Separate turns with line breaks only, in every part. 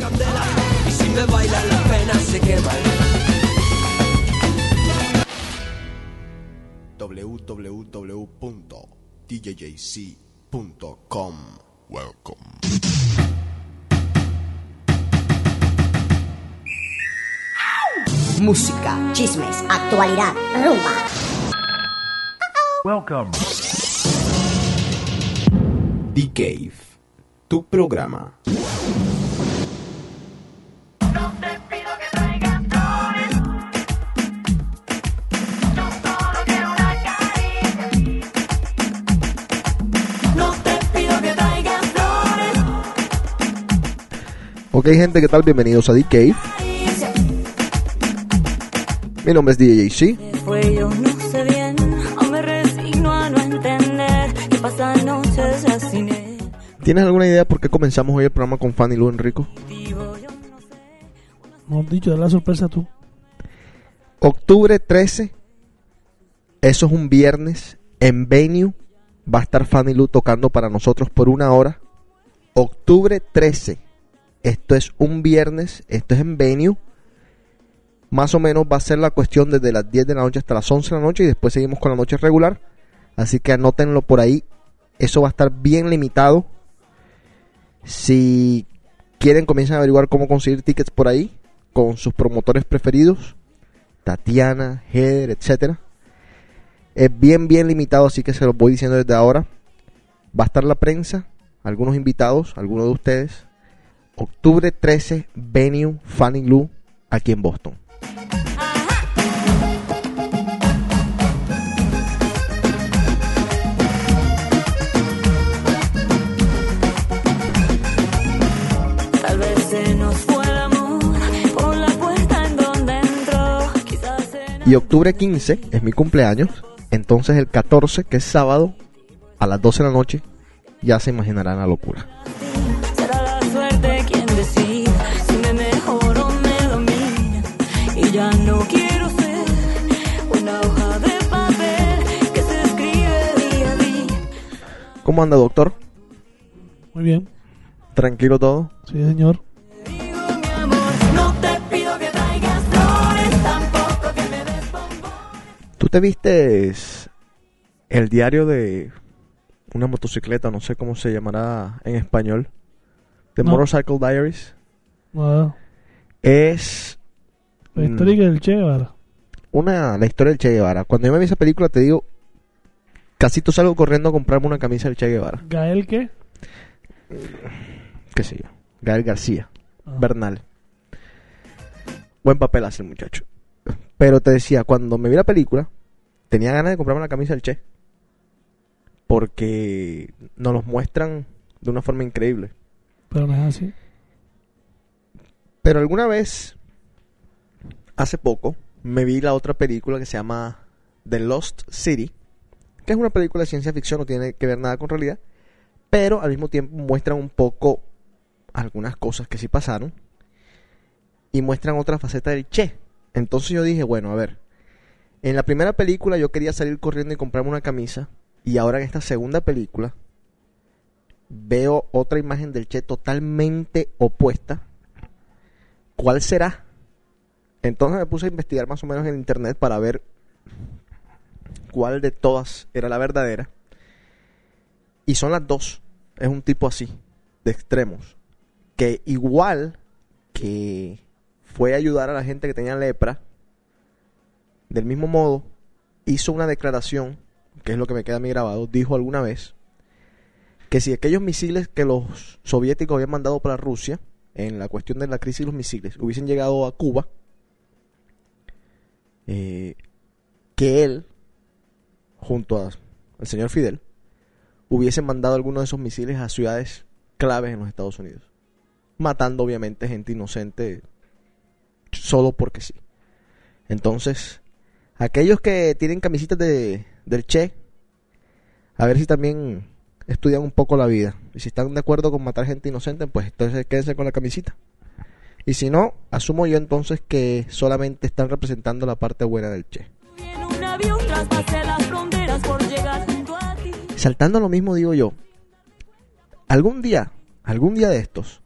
candela y si me bailan las penas se queman.
www.djjc.com Welcome.
Música,
Chismes, actualidad, rumba.
Welcome.
The Cave, tu programa.
No te pido que traigas flores.
Ok, gente, ¿qué tal? Bienvenidos a The Cave. Mi nombre es DJC.
Fue yo no sé bien, o me resigno a no entender que pasan noches así.
¿Tienes alguna idea por qué comenzamos hoy el programa con Fanny Lu Enrico?
Digo yo no sé.
Mejor dicho, da la sorpresa tú.
Octubre 13, eso es un viernes, en Venue va a estar Fanny Lu tocando para nosotros por una hora. Octubre 13, esto es un viernes, esto es en Venue. Más o menos va a ser la cuestión desde las 10 de la noche hasta las 11 de la noche y después seguimos con la noche regular. Así que anótenlo por ahí, eso va a estar bien limitado. Si quieren comiencen a averiguar cómo conseguir tickets por ahí con sus promotores preferidos. Tatiana, Heather, etcétera. Es bien, bien limitado, así que se los voy diciendo desde ahora. Va a estar la prensa, algunos invitados, algunos de ustedes. Octubre 13, Venue Fanny Lu, aquí en Boston.
Tal vez se nos fue el amor por la puerta en donde entró. Quizás en
Y octubre 15 es mi cumpleaños. Entonces el 14, que es sábado, a las 12 de la noche, ya se imaginarán la locura.
ti será la suerte quien decida si me mejoro o me domina. Y ya no quiero ser una hoja de papel que se escribe día a día.
¿Cómo anda, doctor?
Muy bien.
¿Tranquilo todo?
Sí, señor.
Digo mi amor, no te pido que traigas flores, tampoco que me des bombón.
¿Tú te viste el diario de una motocicleta, no sé cómo se llamará en español? The
No.
Motorcycle Diaries.
Nada.
Es
La
Mm.
histórica del Che Guevara.
una la historia del Che Guevara. Cuando yo me vi esa película te digo, casito salgo corriendo a comprarme una camisa del Che Guevara.
¿Gael qué?
Qué sé yo. Gael García.
Ah.
Bernal. Buen papel hace el muchacho. Pero te decía, cuando me vi la película, tenía ganas de comprarme la camisa del Che. Porque nos los muestran de una forma increíble.
Pero no es así.
Pero alguna vez, hace poco, me vi la otra película que se llama The Lost City, que es una película de ciencia ficción, no tiene que ver nada con realidad, pero al mismo tiempo muestran un poco algunas cosas que sí pasaron y muestran otra faceta del Che. Entonces yo dije, bueno, a ver, en la primera película yo quería salir corriendo y comprarme una camisa y ahora en esta segunda película veo otra imagen del Che totalmente opuesta. ¿cuál será? Entonces me puse a investigar más o menos en internet para ver cuál de todas era la verdadera. Y son las dos. Es un tipo así, de extremos. Que igual que fue a ayudar a la gente que tenía lepra, del mismo modo, hizo una declaración, que es lo que me queda a mí grabado, dijo alguna vez, que si aquellos misiles que los soviéticos habían mandado para Rusia, en la cuestión de la crisis de los misiles, hubiesen llegado a Cuba, eh, que él, junto a- al señor Fidel, hubiesen mandado algunos de esos misiles a ciudades claves en los Estados Unidos, matando obviamente gente inocente solo porque sí. Entonces, aquellos que tienen camisitas de, del Che, a ver si también estudian un poco la vida. Y si están de acuerdo con matar gente inocente, pues entonces quédense con la camisita. Y si no, asumo yo entonces que solamente están representando la parte buena del Che.
En un avión traspasé las fronteras por llegar junto a ti.
Saltando a lo mismo digo yo, algún día, algún día de estos,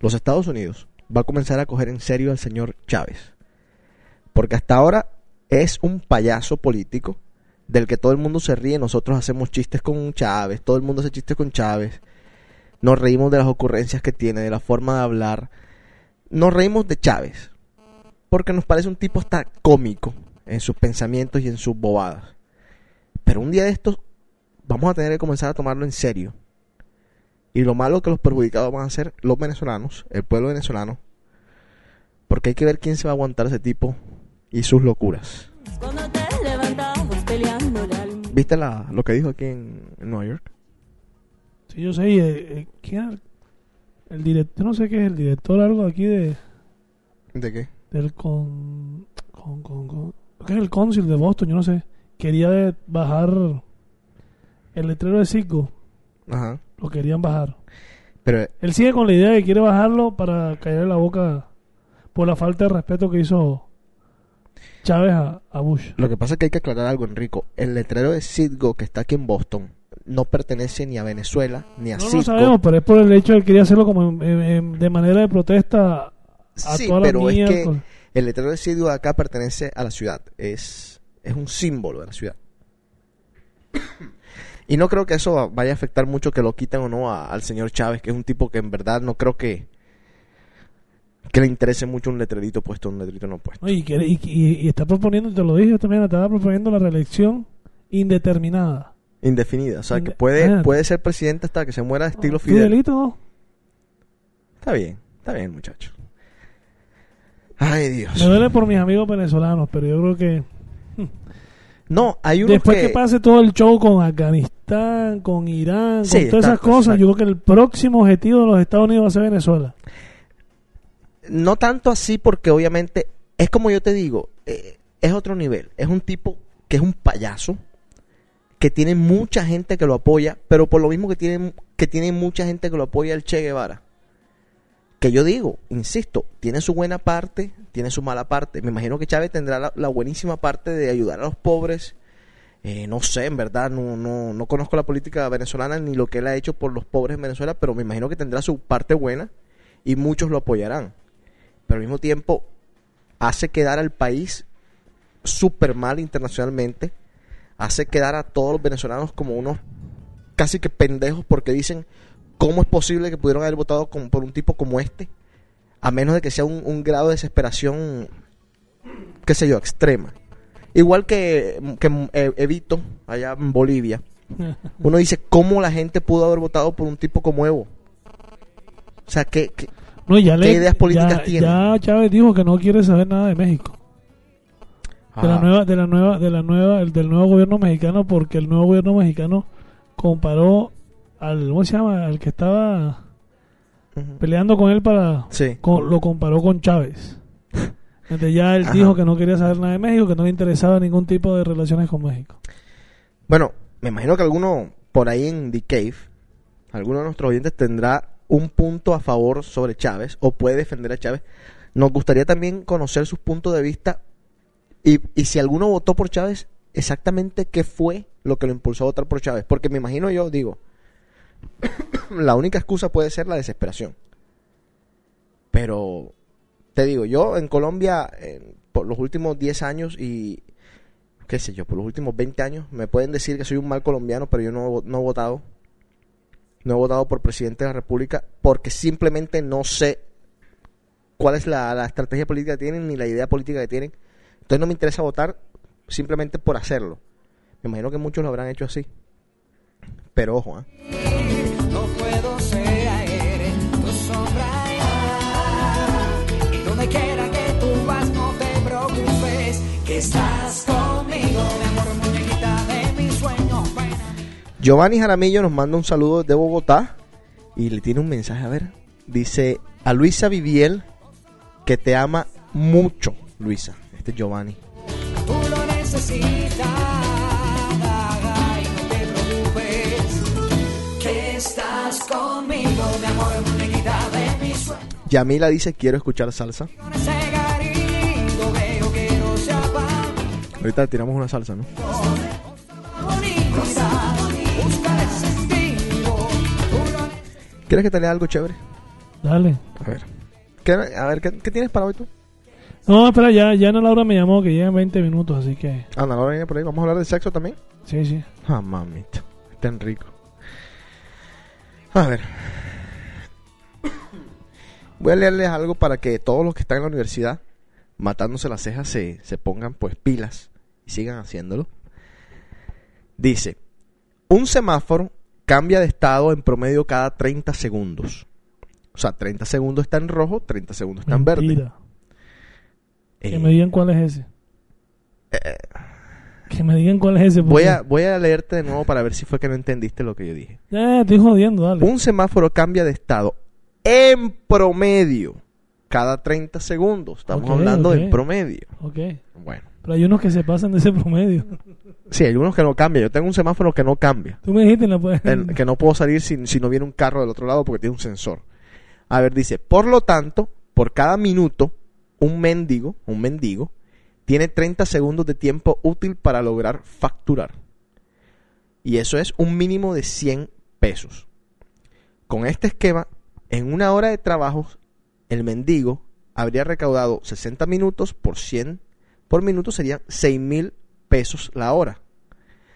los Estados Unidos va a comenzar a coger en serio al señor Chávez. Porque hasta ahora es un payaso político del que todo el mundo se ríe. Nosotros hacemos chistes con Chávez, todo el mundo hace chistes con Chávez. Nos reímos de las ocurrencias que tiene, de la forma de hablar. Nos reímos de Chávez. Porque nos parece un tipo hasta cómico en sus pensamientos y en sus bobadas. Pero un día de estos vamos a tener que comenzar a tomarlo en serio. Y lo malo que los perjudicados van a ser los venezolanos, el pueblo venezolano. Porque hay que ver quién se va a aguantar ese tipo y sus locuras.
Cuando te levantabas peleándole al mundo.
¿Viste la, lo que dijo aquí en, en Nueva York?
Sí, yo sé, y, eh, eh, ¿quién era? El director, no sé qué es, el director algo aquí de,
¿De qué?
del con, con, con, con- creo que es el cónsul de Boston, yo no sé. Quería de- bajar el letrero de Cisco,
Ajá.
lo querían bajar.
Pero
Él sigue con la idea de que quiere bajarlo para callarle la boca por la falta de respeto que hizo Chávez a, a Bush.
lo que pasa es que hay que aclarar algo, Enrico. El letrero de Citgo que está aquí en Boston no pertenece ni a Venezuela ni a
No
Citgo.
lo sabemos, pero es por el hecho de que quería hacerlo como en- en- en- de manera de protesta a
Sí,
toda la
pero es que
miércoles.
el letrero de Citgo acá pertenece a la ciudad. Es, es un símbolo de la ciudad. Y no creo que eso va- vaya a afectar mucho que lo quiten o no a- al señor Chávez, que es un tipo que en verdad no creo que, que le interese mucho un letrerito puesto o un letrerito no puesto.
No, y, quiere- y- y- y está proponiendo, te lo dije yo también, estaba proponiendo la reelección indeterminada.
Indefinida. O sea, que
Inde-
puede,
Imagínate.
puede ser presidente hasta que se muera estilo
¿Tu
Fidel.
delito, no?
Está bien, está bien, muchacho. Ay, Dios.
Me duele por mis amigos venezolanos, pero yo creo que
No, hay unos
después que... pase todo el show con Afganistán, con Irán, con
Sí,
todas esas
exacto,
cosas,
exacto.
yo creo que el próximo objetivo de los Estados Unidos va a ser Venezuela.
No tanto así porque obviamente es como yo te digo, eh, es otro nivel. Es un tipo que es un payaso, que tiene mucha gente que lo apoya, pero por lo mismo que tiene, que tiene mucha gente que lo apoya el Che Guevara. Que yo digo, insisto, tiene su buena parte, tiene su mala parte. Me imagino que Chávez tendrá la, la buenísima parte de ayudar a los pobres. Eh, no sé, en verdad, no, no, no conozco la política venezolana ni lo que él ha hecho por los pobres en Venezuela, pero me imagino que tendrá su parte buena y muchos lo apoyarán pero al mismo tiempo hace quedar al país súper mal internacionalmente, hace quedar a todos los venezolanos como unos casi que pendejos porque dicen, ¿cómo es posible que pudieron haber votado con- por un tipo como este? A menos de que sea un, un grado de desesperación, qué sé yo, extrema. Igual que, que eh, Evito allá en Bolivia. Uno dice, ¿cómo la gente pudo haber votado por un tipo como Evo? O sea, que... que
No, ya le,
¿Qué ideas políticas
ya-
tiene?
Ya Chávez dijo que no quiere saber nada de México. de la
Ah.
nueva de la nueva de la nueva el del nuevo gobierno mexicano porque el nuevo gobierno mexicano comparó al cómo se llama al que estaba
Ujú.
peleando con él para
Sí.
con- lo comparó con Chávez entonces ya él
Ajá.
dijo que no quería saber nada de México que no le interesaba ningún tipo de relaciones con México
Bueno, me imagino que alguno por ahí en The Cave, alguno de nuestros oyentes tendrá un punto a favor sobre Chávez o puede defender a Chávez. Nos gustaría también conocer sus puntos de vista y, y si alguno votó por Chávez, exactamente qué fue lo que lo impulsó a votar por Chávez. Porque me imagino yo, digo, la única excusa puede ser la desesperación. Pero te digo, yo en Colombia, eh, por los últimos 10 años y, qué sé yo, por los últimos 20 años, me pueden decir que soy un mal colombiano, pero yo no, he vo- no he votado. No he votado por presidente de la República porque simplemente no sé cuál es la, la estrategia política que tienen ni la idea política que tienen. Entonces no me interesa votar simplemente por hacerlo. Me imagino que muchos lo habrán hecho así. Pero ojo, ¿ah?
No puedo ser tu sombra ya. Y donde quiera que tú vas, no te preocupes, que estás conmigo, mi amor, muñequita de mis sueños. Ven a mí.
Giovanni Jaramillo nos manda un saludo desde Bogotá y le tiene un mensaje, a ver. Dice a Luisa Viviel que te ama mucho, Luisa. Este es Giovanni.
Tú lo necesitas, y no te preocupes, que estás conmigo, mi amor, muñequita de mis sueños.
Yamila dice quiero escuchar salsa.
Ese garindo veo que no se apaga.
Ahorita tiramos una salsa, ¿no? ¿Quieres que te lea algo chévere?
Dale.
A ver. ¿Qué, a ver, ¿qué, qué tienes para hoy tú?
No, espera, ya, ya Ana Laura me llamó que llegan 20 minutos, así que.
Ana Laura Ah, viene por ahí. ¿Vamos a hablar de sexo también?
Sí, sí.
Ah, mamita. Es tan rico. A ver. Voy a leerles algo para que todos los que están en la universidad matándose las cejas se, se pongan pues pilas y sigan haciéndolo. Dice, un semáforo cambia de estado en promedio cada 30 segundos. O sea, 30 segundos está en rojo, 30 segundos está en verde.
Mentira.
Eh,
Que me digan cuál es ese.
eh,
Que me digan cuál es ese. porque-
voy, a, voy a leerte de nuevo para ver si fue que no entendiste lo que yo dije.
Eh, estoy jodiendo, dale.
Un semáforo cambia de estado en promedio cada 30 segundos. Estamos
Ok,
hablando
ok.
del promedio.
Ok.
Bueno.
Pero hay unos que se pasan de ese promedio.
Sí, hay unos que no cambian. Yo tengo un semáforo que no cambia.
Tú me dijiste en la. pu-
en- que no puedo salir si, si no viene un carro del otro lado porque tiene un sensor. A ver, dice, por lo tanto, por cada minuto, un mendigo, un mendigo, tiene 30 segundos de tiempo útil para lograr facturar. Y eso es un mínimo de 100 pesos. Con este esquema, en una hora de trabajo, el mendigo habría recaudado 60 minutos por 100 por minuto serían 6 mil pesos la hora.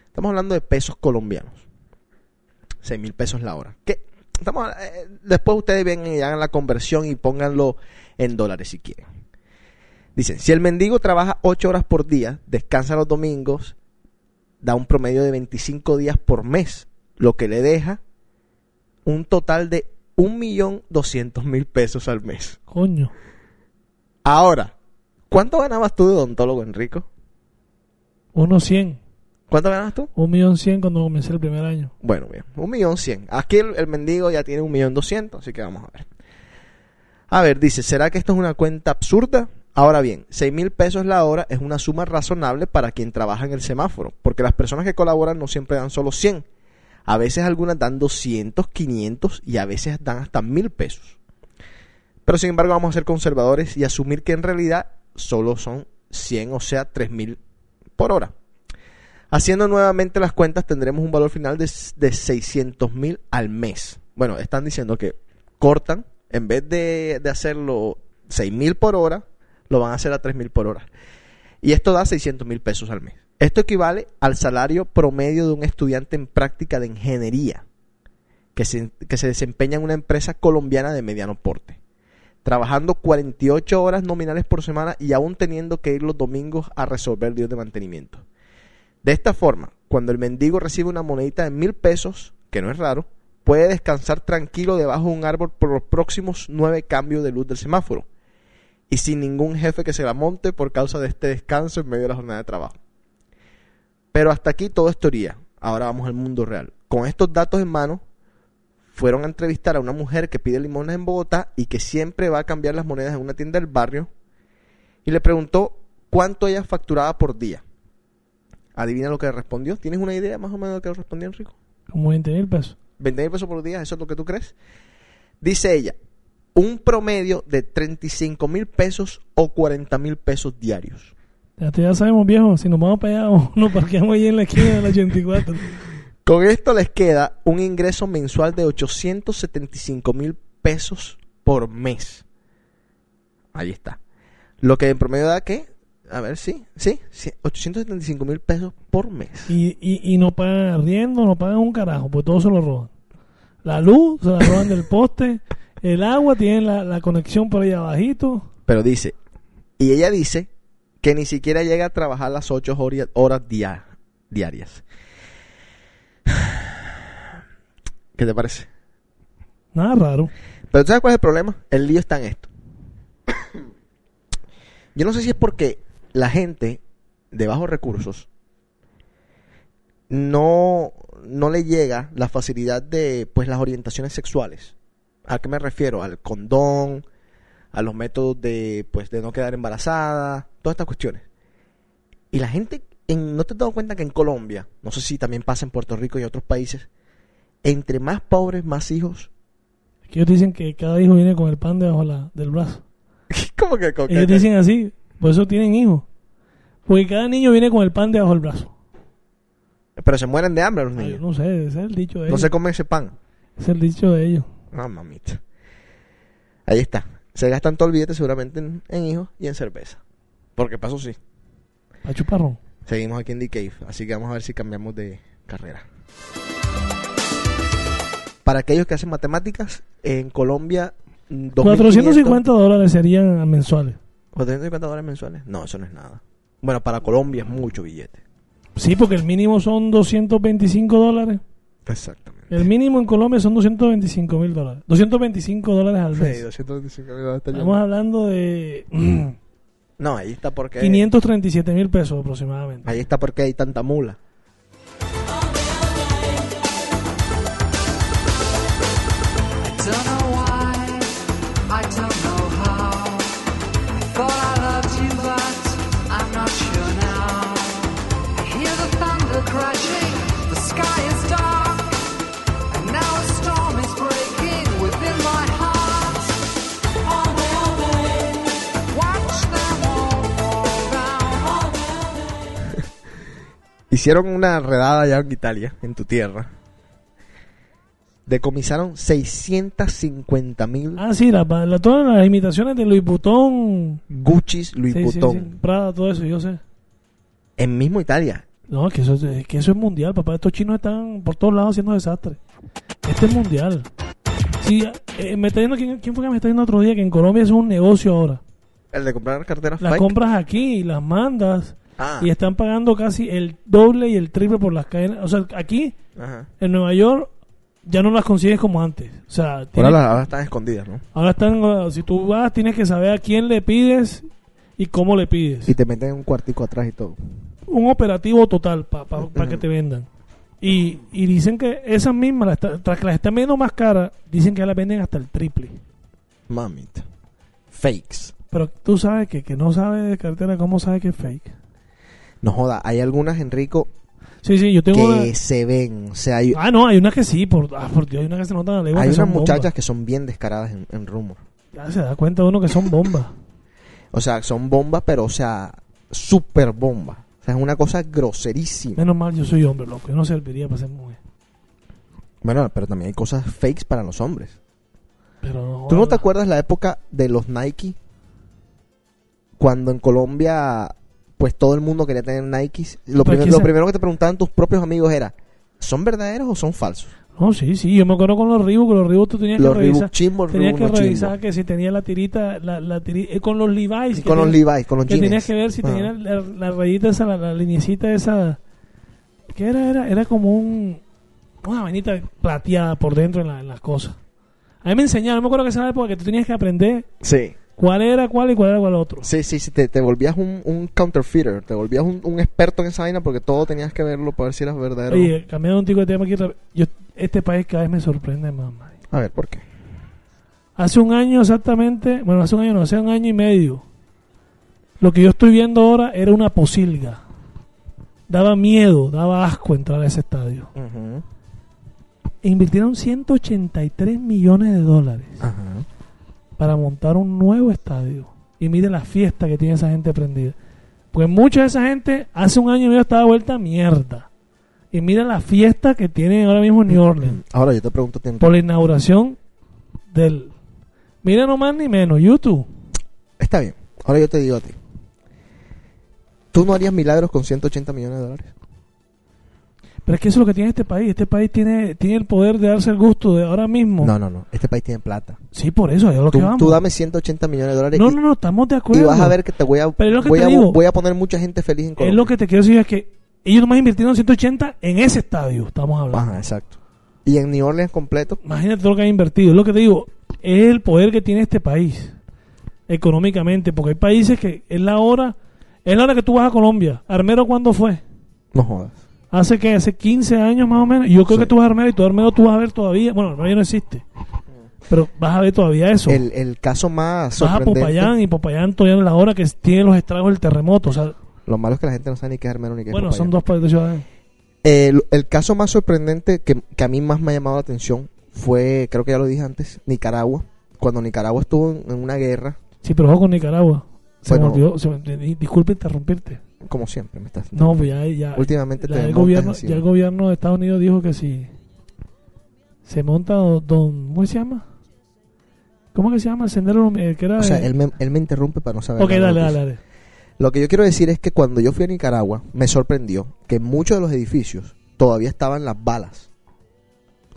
Estamos hablando de pesos colombianos. 6 mil pesos la hora. Que estamos, eh, después ustedes vengan y hagan la conversión y pónganlo en dólares si quieren. Dicen, si el mendigo trabaja 8 horas por día, descansa los domingos, da un promedio de 25 días por mes, lo que le deja un total de 1.200.000 pesos al mes.
Coño.
Ahora, ¿cuánto ganabas tú de odontólogo, Enrico?
Unos 100.
¿Cuánto ganas tú?
Un millón 100 cuando comencé el primer año.
Bueno, bien. Un millón cien. Aquí el, el mendigo ya tiene un millón doscientos, así que vamos a ver. A ver, dice, ¿será que esto es una cuenta absurda? Ahora bien, seis mil pesos la hora es una suma razonable para quien trabaja en el semáforo, porque las personas que colaboran no siempre dan solo 100. A veces algunas dan 200, 500 y a veces dan hasta mil pesos. Pero sin embargo vamos a ser conservadores y asumir que en realidad solo son 100, o sea, tres mil por hora. Haciendo nuevamente las cuentas, tendremos un valor final de, de 600 mil al mes. Bueno, están diciendo que cortan, en vez de, de hacerlo 6 mil por hora, lo van a hacer a 3 mil por hora. Y esto da 600 mil pesos al mes. Esto equivale al salario promedio de un estudiante en práctica de ingeniería que se, que se desempeña en una empresa colombiana de mediano porte. Trabajando 48 horas nominales por semana y aún teniendo que ir los domingos a resolver días de mantenimiento. De esta forma, cuando el mendigo recibe una monedita de mil pesos, que no es raro, puede descansar tranquilo debajo de un árbol por los próximos nueve cambios de luz del semáforo y sin ningún jefe que se la monte por causa de este descanso en medio de la jornada de trabajo. Pero hasta aquí todo es teoría. Ahora vamos al mundo real. Con estos datos en mano, fueron a entrevistar a una mujer que pide limones en Bogotá y que siempre va a cambiar las monedas en una tienda del barrio y le preguntó cuánto ella facturaba por día. Adivina lo que respondió. ¿Tienes una idea más o menos de lo que respondió Enrico?
Como 20 mil pesos.
20 mil pesos por día, ¿eso es lo que tú crees? Dice ella, un promedio de 35 mil pesos o 40 mil pesos diarios.
Ya, te- ya sabemos, viejo. Si nos vamos para allá, o nos parqueamos ahí en la esquina del 84.
Con esto les queda un ingreso mensual de 875 mil pesos por mes. Ahí está. Lo que en promedio da que, a ver, sí, sí, sí 875 mil pesos por mes.
Y, y, y no pagan riendo, no pagan un carajo, pues todo se lo roban. La luz se la roban del poste. El agua tienen la, la conexión por ahí abajito.
Pero dice, y ella dice que ni siquiera llega a trabajar las 8 horas, horas dia- diarias. ¿Qué te parece?
Nada raro.
Pero ¿tú sabes cuál es el problema? El lío está en esto. Yo no sé si es porque la gente de bajos recursos no, no le llega la facilidad de pues las orientaciones sexuales. ¿A qué me refiero? Al condón, a los métodos de pues de no quedar embarazada, todas estas cuestiones. Y la gente en- no te has dado cuenta que en Colombia, no sé si también pasa en Puerto Rico y otros países, entre más pobres, más hijos
Es que ellos dicen que cada hijo viene con el pan debajo la- del brazo.
¿Cómo que con
Ellos dicen así, por eso tienen hijos. Porque cada niño viene con el pan debajo del brazo.
Pero se mueren de hambre los
Ay,
niños.
no sé, ese es el dicho de
No
ellos.
se comen ese pan.
Es el dicho de ellos.
Ah, mamita. Ahí está. Se gastan todo el billete seguramente en, en hijos y en cerveza. Porque pasó sí.
A chuparrón.
Seguimos aquí en The Cave, así que vamos a ver si cambiamos de carrera. Para aquellos que hacen matemáticas, en Colombia... mm, 2.500
450 dólares serían mensuales.
450 dólares mensuales. No, eso no es nada. Bueno, para Colombia es mucho billete.
Sí, porque el mínimo son 225 dólares.
Exactamente.
El mínimo en Colombia son 225 mil dólares. 225 dólares al
Sí, Mm.
mes.
225 mil dólares está
Estamos
lleno.
hablando de mm,
Eh. No, ahí está porque...
537 mil pesos aproximadamente.
Ahí está porque hay tanta mula.
don't know why, I don't know how. I thought I loved you, but I'm not sure now. I hear the thunder crashing, the sky is dark, and now a storm is breaking within my heart. All day, all day, watch them all fall down. All day, all day.
Hicieron una redada allá en Italia, en tu tierra. Decomisaron 650 mil
Ah, sí, la- la- todas las imitaciones de Luis Butón.
Gucci's Louis
Sí, sí,
Vuitton.
sí, Prada, todo eso, yo sé.
En mismo Italia.
No, es que eso, es que eso es mundial, papá. Estos chinos están por todos lados haciendo desastres. Este es mundial. Sí, eh, me está diciendo, ¿quién, quién fue que me está diciendo otro día que en Colombia es un negocio ahora?
El de comprar carteras
Las
fake.
compras aquí, las mandas
Ah,
y están pagando casi el doble y el triple por las cadenas. O sea, aquí
ajá.
en Nueva York ya no las consigues como antes. O sea,
Ahora,
tienes-
las- ahora están escondidas, ¿no?
ahora están, uh, si tú vas, tienes que saber a quién le pides y cómo le pides.
Y te meten en un cuartico atrás y todo.
un operativo total para que te vendan. Y, y dicen que esas mismas, las está- tras que las están vendiendo más caras, dicen que ya las venden hasta el triple.
Mamita. Fakes.
Pero tú sabes que, que no sabe de cartera, ¿cómo sabe que es fake?
No joda, hay algunas, Enrico,
Sí, sí, yo tengo
que
una...
se ven. O sea, hay,
Ah, no, hay unas que sí, por, ah, por Dios, hay unas que se notan a la legua
hay
que
unas
son bombas.
muchachas que son bien descaradas en, en rumor.
Ya se da cuenta uno que son bombas.
O sea, son bombas, pero, o sea, super bombas. O sea, es una cosa groserísima.
Menos mal, yo soy hombre, loco. Yo no serviría para ser mujer.
Bueno, pero también hay cosas fakes para los hombres.
Pero no,
¿Tú no
joda.
te acuerdas la época de los Nike? Cuando en Colombia, pues todo el mundo quería tener Nikes. Lo,
Pero
primer-
quizá-
lo primero que te preguntaban tus propios amigos era, ¿son verdaderos o son falsos?
No, sí, sí. Yo me acuerdo con los Reebok. Los Reebok tú tenías
Los
que revisar.
Reebok chimbo, los
Tenías que
Reebok no
revisar
chimbo.
que si tenía la tirita, la, la tiri- eh, con los Levi's. que
Con los
tenía-
Levi's, con los
que
jeans.
tenías que ver si tenía
Ah.
la, la rayita esa, la, la linecita esa. ¿Qué era? Era, era como un, una vainita plateada por dentro en, la- en las cosas. A mí me enseñaron, me acuerdo que esa era la época que tú tenías que aprender
Sí,
cuál era cuál y cuál era cuál otro.
sí, sí, sí, te, te volvías un, un counterfeiter, te volvías un, un experto en esa vaina porque todo tenías que verlo para ver si eras verdadero. o no.
Oye, cambiando un tico de tema aquí, otra vez. yo, este país cada vez me sorprende más. madre.
A ver, ¿por qué?
Hace un año exactamente, bueno, hace un año no, hace un año y medio, lo que yo estoy viendo ahora era una posilga. Daba miedo, daba asco entrar a ese estadio. E invirtieron 183 millones de dólares
Ajá.
para montar un nuevo estadio. Y mire la fiesta que tiene esa gente prendida. Pues mucha de esa gente hace un año y medio estaba vuelta a mierda. Y mira la fiesta que tiene ahora mismo en New Orleans
Ahora yo te pregunto, ¿te-
por la inauguración del... Mira no más ni menos, YouTube.
está bien, ahora yo te digo a ti, ¿tú no harías milagros con 180 millones de dólares?
Pero es que eso es lo que tiene este país. Este país tiene, tiene el poder de darse el gusto de ahora mismo.
No, no, no, este país tiene plata.
Sí, por eso, es a lo que
Tú,
vamos.
tú dame 180 millones de dólares
no,
y,
no, no, estamos de acuerdo.
y vas a ver que te voy a,
Pero es lo que
voy,
te
a
digo.
voy a poner mucha gente feliz en Colombia.
Es lo que te quiero decir es que ellos nomás invirtieron 180 en ese estadio, estamos hablando.
Ajá, exacto. Y en New Orleans completo,
Imagínate todo lo que han invertido. Es lo que te digo, es el poder que tiene este país económicamente, porque hay países que es la hora, es la hora que tú vas a Colombia. Armero, ¿cuándo fue?
no jodas.
Hace que hace 15 años más o menos. Y Yo creo
Sí.
que tú vas a Armero y tú Armero tú vas a ver todavía. Bueno, Armero ya no existe. Pero vas a ver todavía eso.
El, el caso más
vas a
sorprendente,
Popayán y Popayán todavía no es la hora que tiene los estragos del terremoto. O sea,
lo malo es que la gente no sabe ni qué es Armero ni qué es
bueno, son
Popayán.
dos países de ciudades.
El, el caso más sorprendente que, que a mí más me ha llamado la atención fue, creo que ya lo dije antes, Nicaragua. Cuando Nicaragua estuvo en, en una guerra,
Sí, pero ojo con Nicaragua. Se
Bueno.
me olvidó. se me- di- disculpe interrumpirte.
como siempre, me estás...
No, pues ya, ya-
Últimamente
ya
te
el
montas
gobierno,
encima.
ya el gobierno de Estados Unidos dijo que si se monta don, don- ¿cómo se llama? ¿Cómo que se llama? El sendero eh, que era
O sea,
de-
él me, él me interrumpe para no saber.
Ok,
la
dale,
noticia.
dale, dale.
Lo que yo quiero decir es que cuando yo fui a Nicaragua, me sorprendió que muchos de los edificios todavía estaban las balas.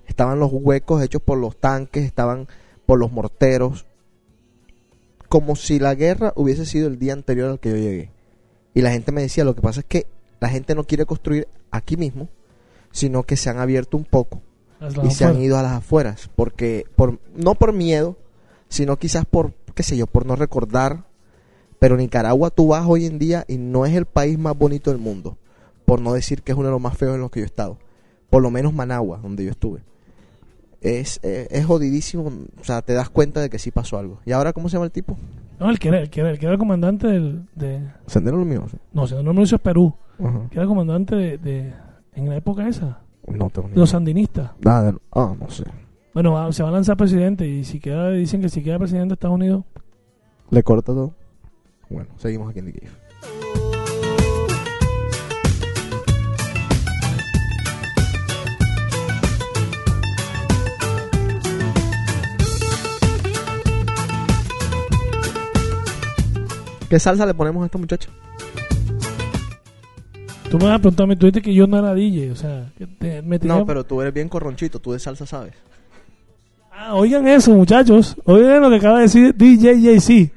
Estaban los huecos hechos por los tanques, estaban por los morteros. Como si la guerra hubiese sido el día anterior al que yo llegué. Y la gente me decía, lo que pasa es que la gente no quiere construir aquí mismo, sino que se han abierto un poco
Las
y
lavan
se han
fuera.
ido a las afueras porque por no por miedo sino quizás por qué sé yo por no recordar pero Nicaragua tú vas hoy en día y no es el país más bonito del mundo por no decir que es uno de los más feos en los que yo he estado por lo menos Managua donde yo estuve es, eh, es jodidísimo o sea te das cuenta de que sí pasó algo y ahora cómo se llama el tipo
No, el que era el, que era, el, que era el comandante del, de...
Sendero Luminoso
No, si no me lo hizo es Perú.
Ajá.
Que era el comandante de, de- En la época esa.
no tengo ni
De los sandinistas.
Ah, de- ah, no sé
Bueno, va- se va a lanzar presidente y si queda, dicen que si queda presidente de Estados Unidos...
le corta todo bueno seguimos aquí en The Cave ¿Qué salsa le ponemos a esta muchacha?
Tú me vas a preguntar, me tuviste que yo no era DJ, o sea... que te- me tenía-
No, pero tú eres bien corronchito, tú de salsa sabes.
Ah, oigan eso, muchachos. Oigan lo que acaba de decir DJ JC.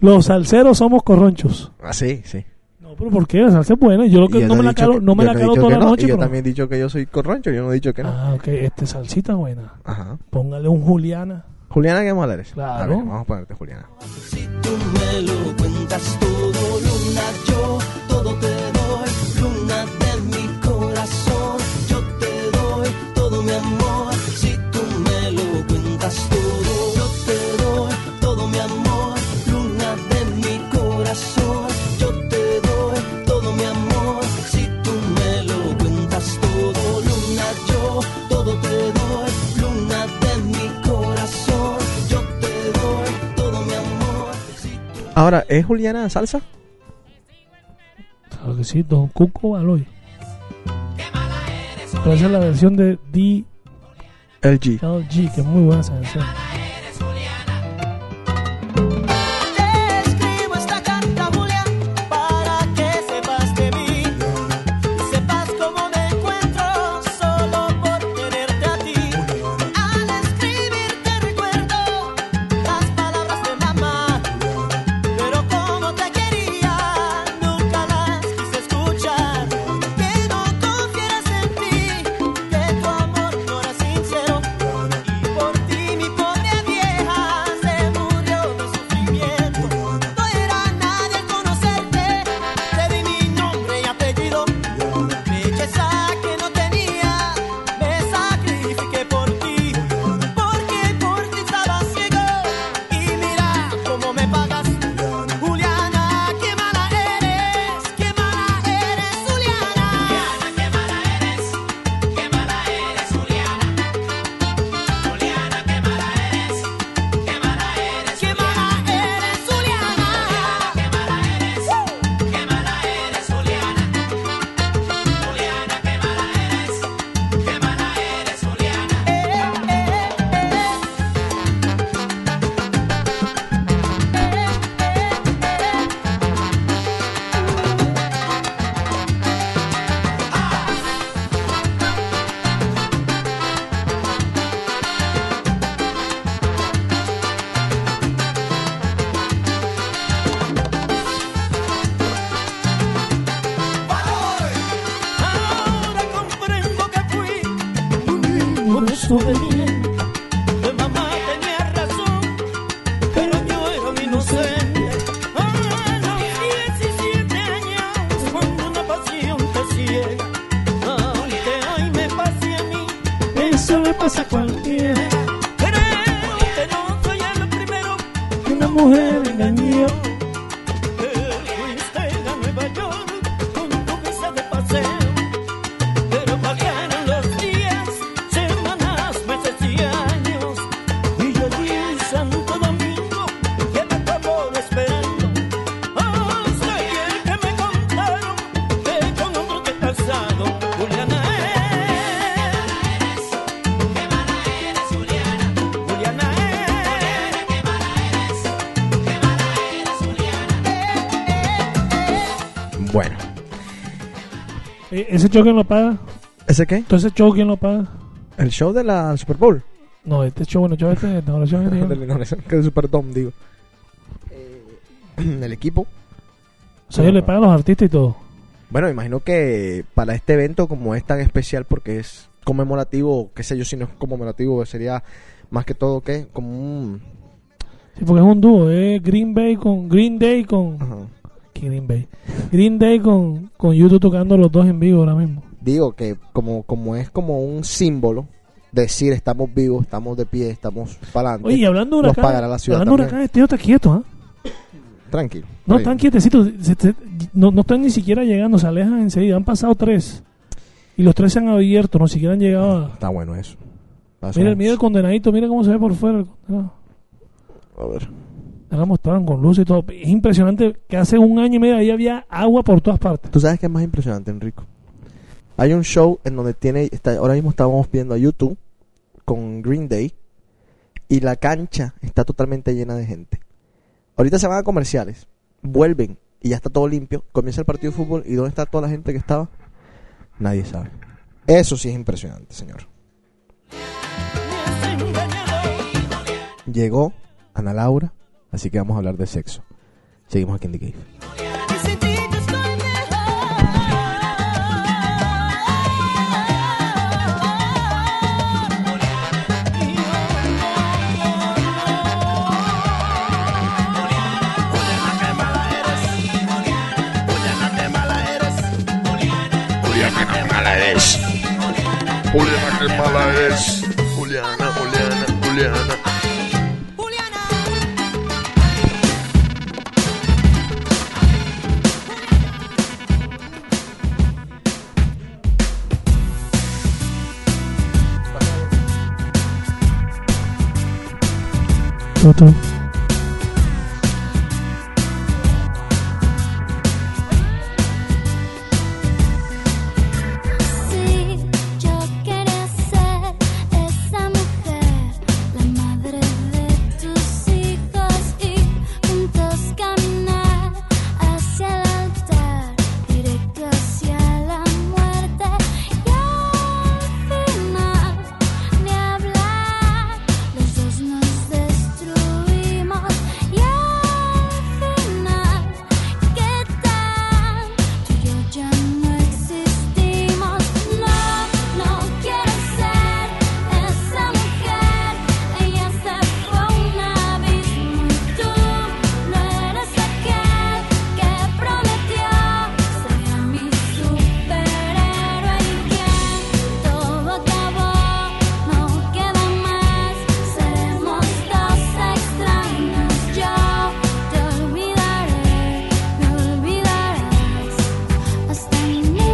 Los salseros somos corronchos.
Ah, sí, sí.
No, pero ¿por qué? La salsa es buena. Yo lo que
Y yo
no me
he
la
dicho
calo,
que-
no me
yo
la
he
calo
dicho
toda
que
la
no,
noche,
Y yo
pero-
también he dicho que yo soy corroncho, yo no he dicho que no.
Ah, ok, este salsita buena.
Ajá.
Póngale un Juliana.
Juliana, ¿qué mola eres?
Ah. Claro.
A ver, vamos a ponerte Juliana.
Si tú me lo cuentas todo, Luna, yo todo te doy. Luna de mi corazón, yo te doy todo mi amor. Si tú me lo cuentas todo, yo te doy todo mi amor. Luna de mi corazón, yo te doy todo mi amor. Si tú me lo cuentas todo, Luna, yo todo te doy. Luna de mi corazón, yo te doy todo mi amor.
Ahora, ¿es Juliana salsa?
Claro que sí, Don Cuco Baloy. Pero esa es la versión de DLG,
El G.
que es muy buena esa versión.
Te escribo esta carta, Julia, para que sepas de mí. Sepas cómo me encuentro solo por tenerte a ti. Al escribirte recuerdo las palabras de mamá. Pero como te quería, nunca las quise escuchar. Que no confieras en ti, que tu amor no era sincero. Y por ti mi pobre vieja se murió de sufrimiento. No era nadie al conocerte, te di mi nombre y apellido. Belleza que no tenía, me sacrifiqué por ti. Porque por ti estaba ciego y mira cómo me pagas. Juliana, qué mala eres, qué mala eres, Juliana. qué mala eres, qué mala eres, Juliana. Juliana, qué mala eres, qué mala eres, qué mala eres, Juliana. Qué mala eres, qué mala eres, Juliana. Juliana, qué mala eres, qué mala eres, Juliana. Ahora comprendo que fui un desobediente. Mi mamá tenía razón, pero yo era un inocente. A los 17 años, cuando una pasión te ciega, aunque hoy me pase a mí,
Eso le pasa a cualquiera.
creo que no soy el primero.
Una mujer engañó.
Te fuiste a Nueva York con tu visa de paseo, pero pasaron los días, semanas, meses y años. Y yo allí en Santo Domingo, que me acabó esperando. Hasta ayer Oh, que me contaron que con otro te he casado, Juliana eres. Qué mala eres, Juliana. Juliana eres.
Bueno.
Eh, ¿Ese show quién lo paga?
¿Ese qué?
¿Entonces show quién lo paga?
¿El show de la Super Bowl?
No, este show, bueno, yo este, no, el show este,
Del- no, ese- que el Super Dome, digo. Eh, el equipo.
O sea, ellos le pagan a los artistas y todo.
Bueno, me imagino que para este evento, como es tan especial porque es conmemorativo, qué sé yo, si no es conmemorativo, sería más que todo que como un.
Sí, porque es un dúo, es Green Bay con Green Day con
ajá.
Green Bay. Green Day con con YouTube tocando los dos en vivo ahora mismo.
Digo que como, como es como un símbolo, decir estamos vivos, estamos de pie, estamos para adelante.
Oye, y hablando de
Los
huracanes,
pagará la ciudad.
hablando de
también.
huracanes, este está quieto, ¿ah?
Tranquilo.
No
Ahí.
están quietecitos, se- se- no, no están ni siquiera llegando, se alejan enseguida. Han pasado tres y los tres se han abierto, no siquiera han llegado a...
Está bueno eso. Pasó
Mira, el-
un-
mira el condenadito, mira cómo se ve por fuera. el condenado.
A ver.
Ya lo mostraron con luz y todo. Es impresionante que hace un año y medio ahí había agua por todas partes.
Tú sabes que es más impresionante, Enrico. Hay un show en donde tiene, está- ahora mismo estábamos viendo a YouTube con Green Day y la cancha está totalmente llena de gente. Ahorita se van a comerciales, vuelven y ya está todo limpio, comienza el partido de fútbol y ¿dónde está toda la gente que estaba? Nadie sabe. Eso sí es impresionante, señor. Llegó Ana Laura, así que vamos a hablar de sexo. Seguimos aquí en The Cave.
Y sin ti yo estoy mejor.
Juliana, qué mala eres. Juliana, qué mala eres. Juliana, Juliana, Juliana.
Juliana.
Otro.
Sí, yo quería ser esa mujer, la madre de tus hijos y juntos caminar hacia el altar, directo hacia la muerte y al final ni hablar, los dos nos destruimos y al final qué tal tú y yo ya no existimos. No, no quiero ser esa mujer. Ella se fue a un abismo y tú no eres aquel que prometió ser mi superhéroe. Y que todo acabó, no queda más. Seremos dos extraños. Yo te olvidaré, me olvidarás hasta nunca.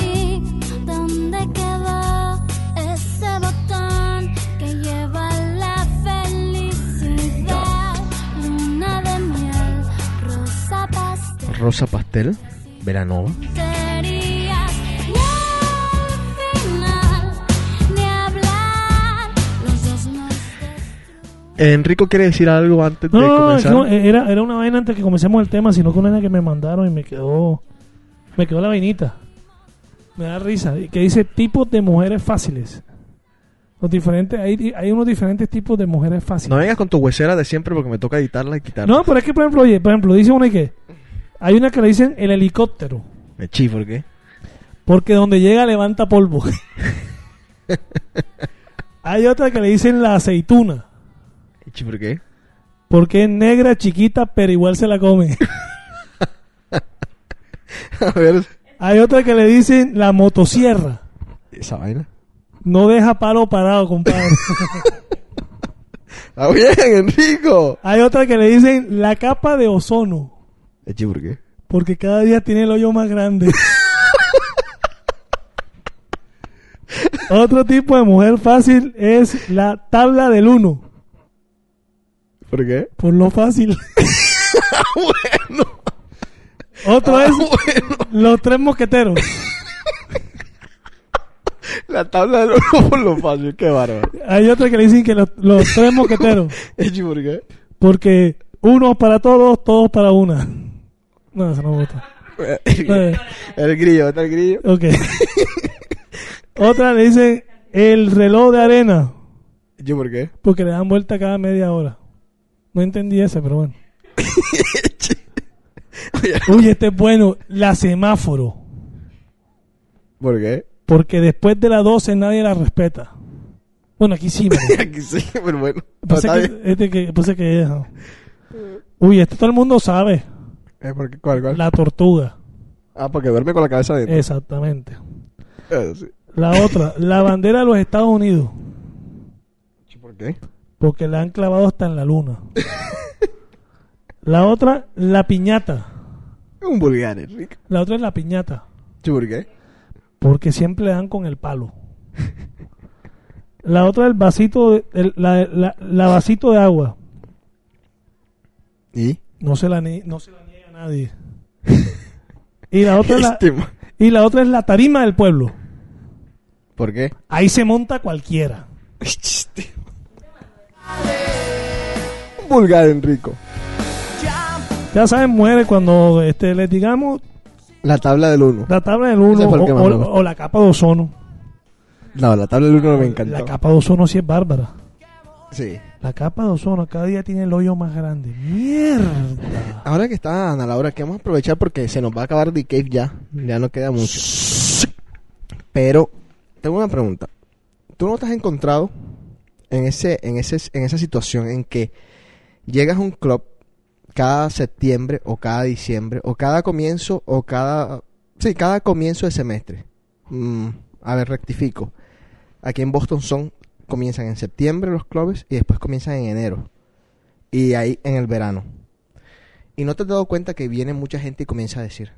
¿Y dónde quedó ese botón que lleva a la felicidad? Luna de miel, rosa pastel.
Rosa Pastel, Veranova.
Tonterías. Y al final, ni hablar, los dos nos destruimos.
Enrico quiere decir algo antes
No,
de
no,
comenzar.
no, eh. era, era una vaina antes que comencemos el tema, sino que una vaina que me mandaron y me quedó, me quedó la vainita. Me da risa. y Que dice tipos de mujeres fáciles. Los diferentes, hay, hay unos diferentes tipos de mujeres fáciles.
No vengas con tu huesera de siempre porque me toca editarla y quitarla.
No, pero es que, por ejemplo, oye, por ejemplo, dice una que hay una que le dicen el helicóptero,
Me chifo, ¿por qué?
porque donde llega levanta polvo. hay otra que le dicen la aceituna,
Me chifo, ¿por qué?
porque es negra, chiquita, pero igual se la come.
A ver,
hay otra que le dicen la motosierra,
esa vaina.
no deja palo parado, compadre.
¡Está ¡Ah, bien, Enrico!
hay otra que le dicen la capa de ozono,
Me chifo, ¿por qué?
porque cada día tiene el hoyo más grande. Otro tipo de mujer fácil es la tabla del uno.
¿Por qué?
Por lo fácil.
bueno,
Otro es
bueno.
los tres mosqueteros.
La tabla de los globos lo fácil, qué bárbaro.
Hay otra que le dicen que los, los tres mosqueteros.
Echi, ¿por qué?
Porque uno para todos, todos para una. No, eso no me gusta. Eh,
El grillo, está el grillo.
ok. Otra le dicen el reloj de arena.
Echi, ¿por qué?
Porque le dan vuelta cada media hora. No entendí ese, pero bueno. Uy, este es bueno. La semáforo.
¿Por qué?
Porque después de las 12 nadie la respeta. Bueno, aquí sí, pero.
Aquí sí, pero bueno.
Pues
está
es
bien.
que, este que, pues es que es, ¿no? Uy, esto todo el mundo sabe.
Eh, ¿por qué? ¿Cuál, cuál?
La tortuga.
Ah, porque duerme con la cabeza adentro.
Exactamente.
Eh, sí.
La otra, la bandera de los Estados Unidos.
Echi, ¿Por qué?
Porque la han clavado hasta en la luna. La otra, la piñata.
Es un vulgar, Enrique.
La otra es la piñata.
Echi, ¿por qué?
Porque siempre le dan con el palo. La otra, el vasito, de, el- la, la- la vasito de agua.
¿Y?
No se la, nie- no se la niega a nadie. Y la, otra es la,
Este ma-
y la otra es la tarima del pueblo.
¿Por qué?
Ahí se monta cualquiera.
Este ma- vulgar, Enrico.
Ya saben, muere cuando este, le digamos
La tabla del 1.
la tabla del
Ese
1
fue el
o,
que más me
o-
gustó.
o la capa de ozono.
No, la tabla del 1 me encantó.
La capa de ozono sí es bárbara.
Sí.
La capa de ozono cada día tiene el hoyo más grande. ¡Mierda!
Ahora que está Ana Laura, que vamos a aprovechar porque se nos va a acabar The Cave ya. Ya no queda mucho. Pero, tengo una pregunta. ¿Tú no te has encontrado en, ese, en, ese, en esa situación en que llegas a un club cada septiembre o cada diciembre o cada comienzo o cada... Sí, cada comienzo de semestre. Mm, a ver, rectifico. Aquí en Boston son... Comienzan en septiembre los clubes y después comienzan en enero. Y ahí en el verano. Y no te has dado cuenta que viene mucha gente y comienza a decir,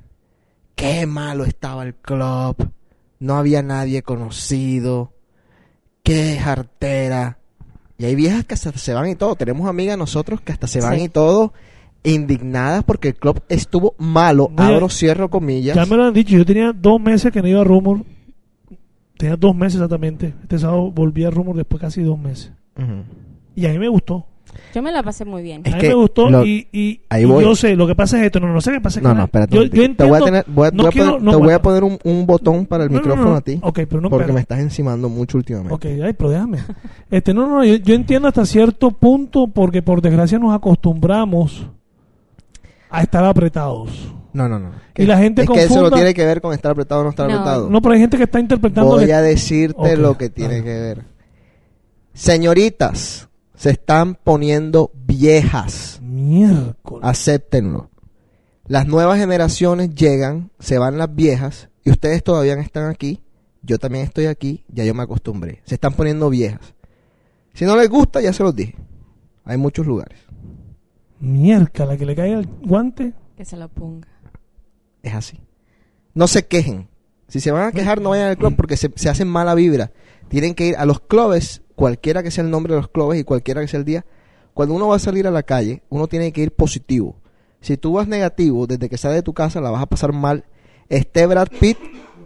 qué malo estaba el club, no había nadie conocido, qué jartera. Y hay viejas que hasta se van y todo, tenemos amigas nosotros que hasta se van
Sí.
y todo indignadas porque el club estuvo malo,
Oye,
abro, cierro comillas.
Ya me lo han dicho. Yo tenía dos meses que no iba a Rumor. Tenía dos meses exactamente. Este sábado volví a Rumor después de casi dos meses.
Ujú.
Y a mí me gustó.
Yo me la pasé muy bien.
Es
a mí
que
me gustó
lo-
y, y-
ahí
y
voy.
yo sé, lo que pasa es esto, no, no sé qué pasa. es que
No,
la-
no, espérate.
Yo,
un
yo
momentico. te voy a,
entiendo-
tener- voy a-
no
voy a
quiero-
poner,
no,
te voy a
aguanta.
poner un, un botón para el
No, no, no,
micrófono
no.
a ti.
Ok, pero no,
porque
espérate.
me estás encimando mucho últimamente.
Ok, ay, pero déjame. Este, no, no, yo, yo entiendo hasta cierto punto porque por desgracia nos acostumbramos a estar apretados.
No, no, no.
Y la gente
es que eso no
confunda-
tiene que ver con estar apretado o no estar
No.
apretado.
No, pero hay gente que está interpretando
Voy
que-
a decirte
Ok,
lo que tiene
dale.
que ver. Señoritas, se están poniendo viejas.
miércoles.
Acéptenlo. Las nuevas generaciones llegan, se van las viejas, y ustedes todavía están aquí. Yo también estoy aquí, ya yo me acostumbré. Se están poniendo viejas. Si no les gusta, ya se los dije. Hay muchos lugares.
Miércoles, que le caiga el guante.
Que se la ponga.
Es así. No se quejen. Si se van a quejar, no vayan al club porque se, se hacen mala vibra. Tienen que ir a los clubes, cualquiera que sea el nombre de los clubes y cualquiera que sea el día. Cuando uno va a salir a la calle, uno tiene que ir positivo. Si tú vas negativo, desde que sales de tu casa la vas a pasar mal. Esté Brad Pitt,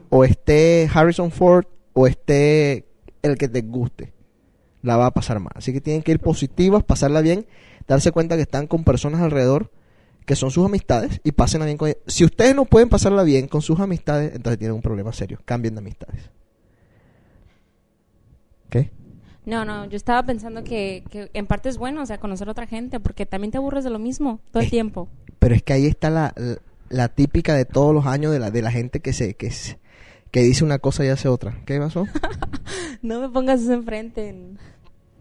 o esté Harrison Ford, o esté el que te guste. La va a pasar mal. Así que tienen que ir positivas, pasarla bien, darse cuenta que están con personas alrededor que son sus amistades y pásenla bien con ellas. Si ustedes no pueden pasarla bien con sus amistades, entonces tienen un problema serio. Cambien de amistades. ¿Qué?
No, no, yo estaba pensando que, que en parte es bueno, o sea, conocer a otra gente, porque también te aburres de lo mismo todo el
Eh.
tiempo.
Pero es que ahí está la, la, la típica de todos los años de la, de la gente que se, que se- que dice una cosa y hace otra. ¿Qué pasó?
No me pongas eso enfrente. en-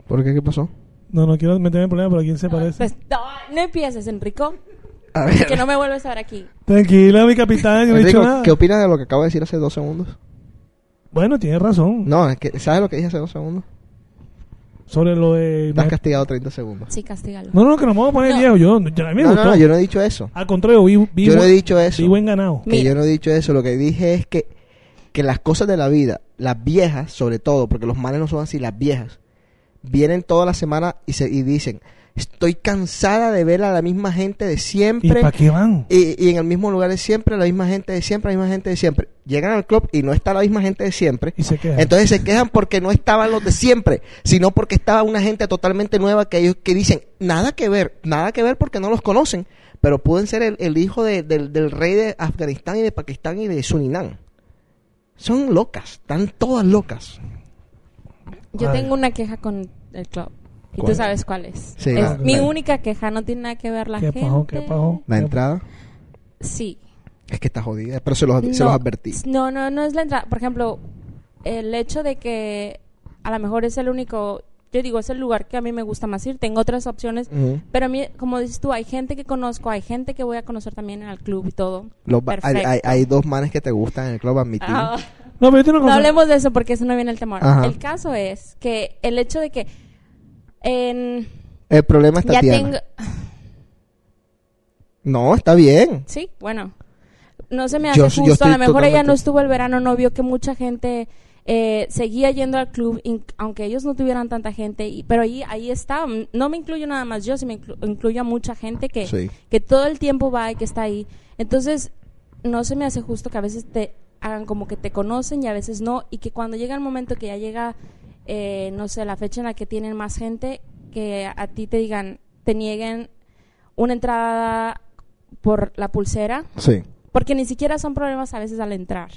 ¿Por qué? ¿Qué pasó?
No, no quiero meterme en problemas, pero ¿a quién se parece?
Pues, no, no empieces, Enrico,
A ver.
que no me vuelves a ver aquí.
Tranquila, mi capitán, yo no he dicho
Enrico,
nada.
¿qué opinas de lo que acabo de decir hace dos segundos?
Bueno, tienes razón.
No, es que ¿sabes lo que dije hace dos segundos?
Sobre lo de...
Estás castigado 30 segundos.
Sí, castígalo.
No, no, que nos vamos a poner
No.
viejo. Yo, yo- a mí me
No, no,
gustó.
no, yo no he dicho eso.
Al contrario, vi, vi
Yo no
buen-
he dicho eso.
vi buen ganado.
Que
Mira.
yo no he dicho eso, lo que dije es que, que las cosas de la vida, las viejas sobre todo, porque los males no son así, las viejas, vienen toda la semana y, se, y dicen, Estoy cansada de ver a la misma gente de
¿Y
siempre.
para qué van?
Y, y en el mismo lugar de siempre, la misma gente de siempre, la misma gente de siempre. Llegan al club y no está la misma gente de siempre.
Y se quejan.
Entonces se quejan porque no estaban los de siempre, sino porque estaba una gente totalmente nueva que ellos que dicen nada que ver, nada que ver porque no los conocen, pero pueden ser el, el hijo de- del, del rey de Afganistán y de Pakistán y de Surinam. Son locas, están todas locas.
Yo
Ay.
tengo una queja con el club. Y
¿Cuál?
tú sabes cuál es.
Sí,
es
claro,
mi
claro.
única queja, no tiene nada que ver la
¿Qué
gente.
pasó? ¿Qué pasó?
La entrada
Sí.
es que está jodida, pero se los, se
No,
los advertí.
No, no, no es la entrada. Por ejemplo, el hecho de que a lo mejor es el único, yo digo, es el lugar que a mí me gusta más ir. Tengo otras opciones,
Ujú.
pero a mí, como dices tú, hay gente que conozco, hay gente que voy a conocer también al club y todo.
Los ba- hay, hay-
Perfecto.
hay dos manes que te gustan en el club admitido.
Ah,
No, pero yo tengo una
no
cosa.
hablemos de eso porque eso no viene el temor.
Ajá.
El caso es que el hecho de que en,
El problema es
ya
Tatiana.
tengo...
No, está bien.
Sí, bueno. No se me hace
Yo- yo
justo.
estoy
a lo mejor ella
totalmente-
no estuvo el verano, no vio que mucha gente eh, seguía yendo al club, in- aunque ellos no tuvieran tanta gente. y- pero ahí, ahí está. Mm, No me incluyo nada más yo, si me inclu- incluyo a mucha gente que,
Sí.
que todo el tiempo va y que está ahí. Entonces, no se me hace justo que a veces te hagan como que te conocen y a veces no. Y que cuando llega el momento que ya llega, eh, no sé, la fecha en la que tienen más gente, que a ti te digan, te nieguen una entrada por la pulsera,
Sí.
porque ni siquiera son problemas a veces al entrar.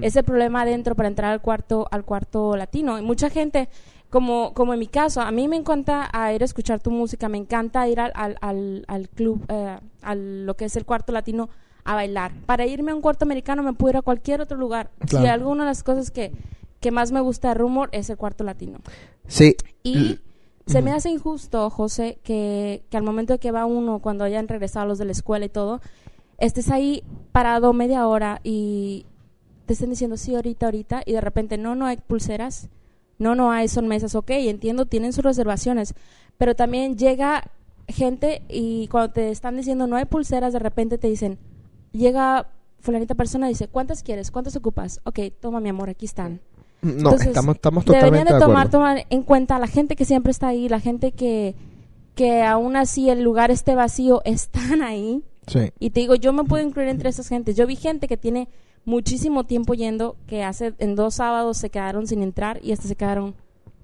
Es el problema adentro para entrar al cuarto, al cuarto latino. Y mucha gente, como, como en mi caso, a mí me encanta ah, ir a escuchar tu música, me encanta ir al, al, al, al club, eh, a lo que es el cuarto latino a bailar. Para irme a un cuarto americano me puedo ir a cualquier otro lugar.
Claro.
Si alguna de las cosas que, que más me gusta de Rumor es el cuarto latino.
Sí.
Y se me hace injusto, José, que, que al momento de que va uno, cuando hayan regresado los de la escuela y todo, estés ahí parado media hora y te estén diciendo sí, ahorita, ahorita, y de repente no, no hay pulseras, no, no hay, son mesas, ok, entiendo, tienen sus reservaciones, pero también llega gente y cuando te están diciendo no hay pulseras, de repente te dicen, llega fulanita persona y dice, ¿cuántas quieres? ¿Cuántas ocupas? Ok, toma mi amor, aquí están.
No,
Entonces,
estamos, estamos
Deberían
totalmente
de
de
tomar,
acuerdo.
tomar en cuenta a la gente que siempre está ahí, la gente que, que aún así el lugar esté vacío, están ahí.
Sí.
Y te digo, yo me puedo incluir entre esas gentes. Yo vi gente que tiene muchísimo tiempo yendo, que hace en dos sábados se quedaron sin entrar y hasta se quedaron,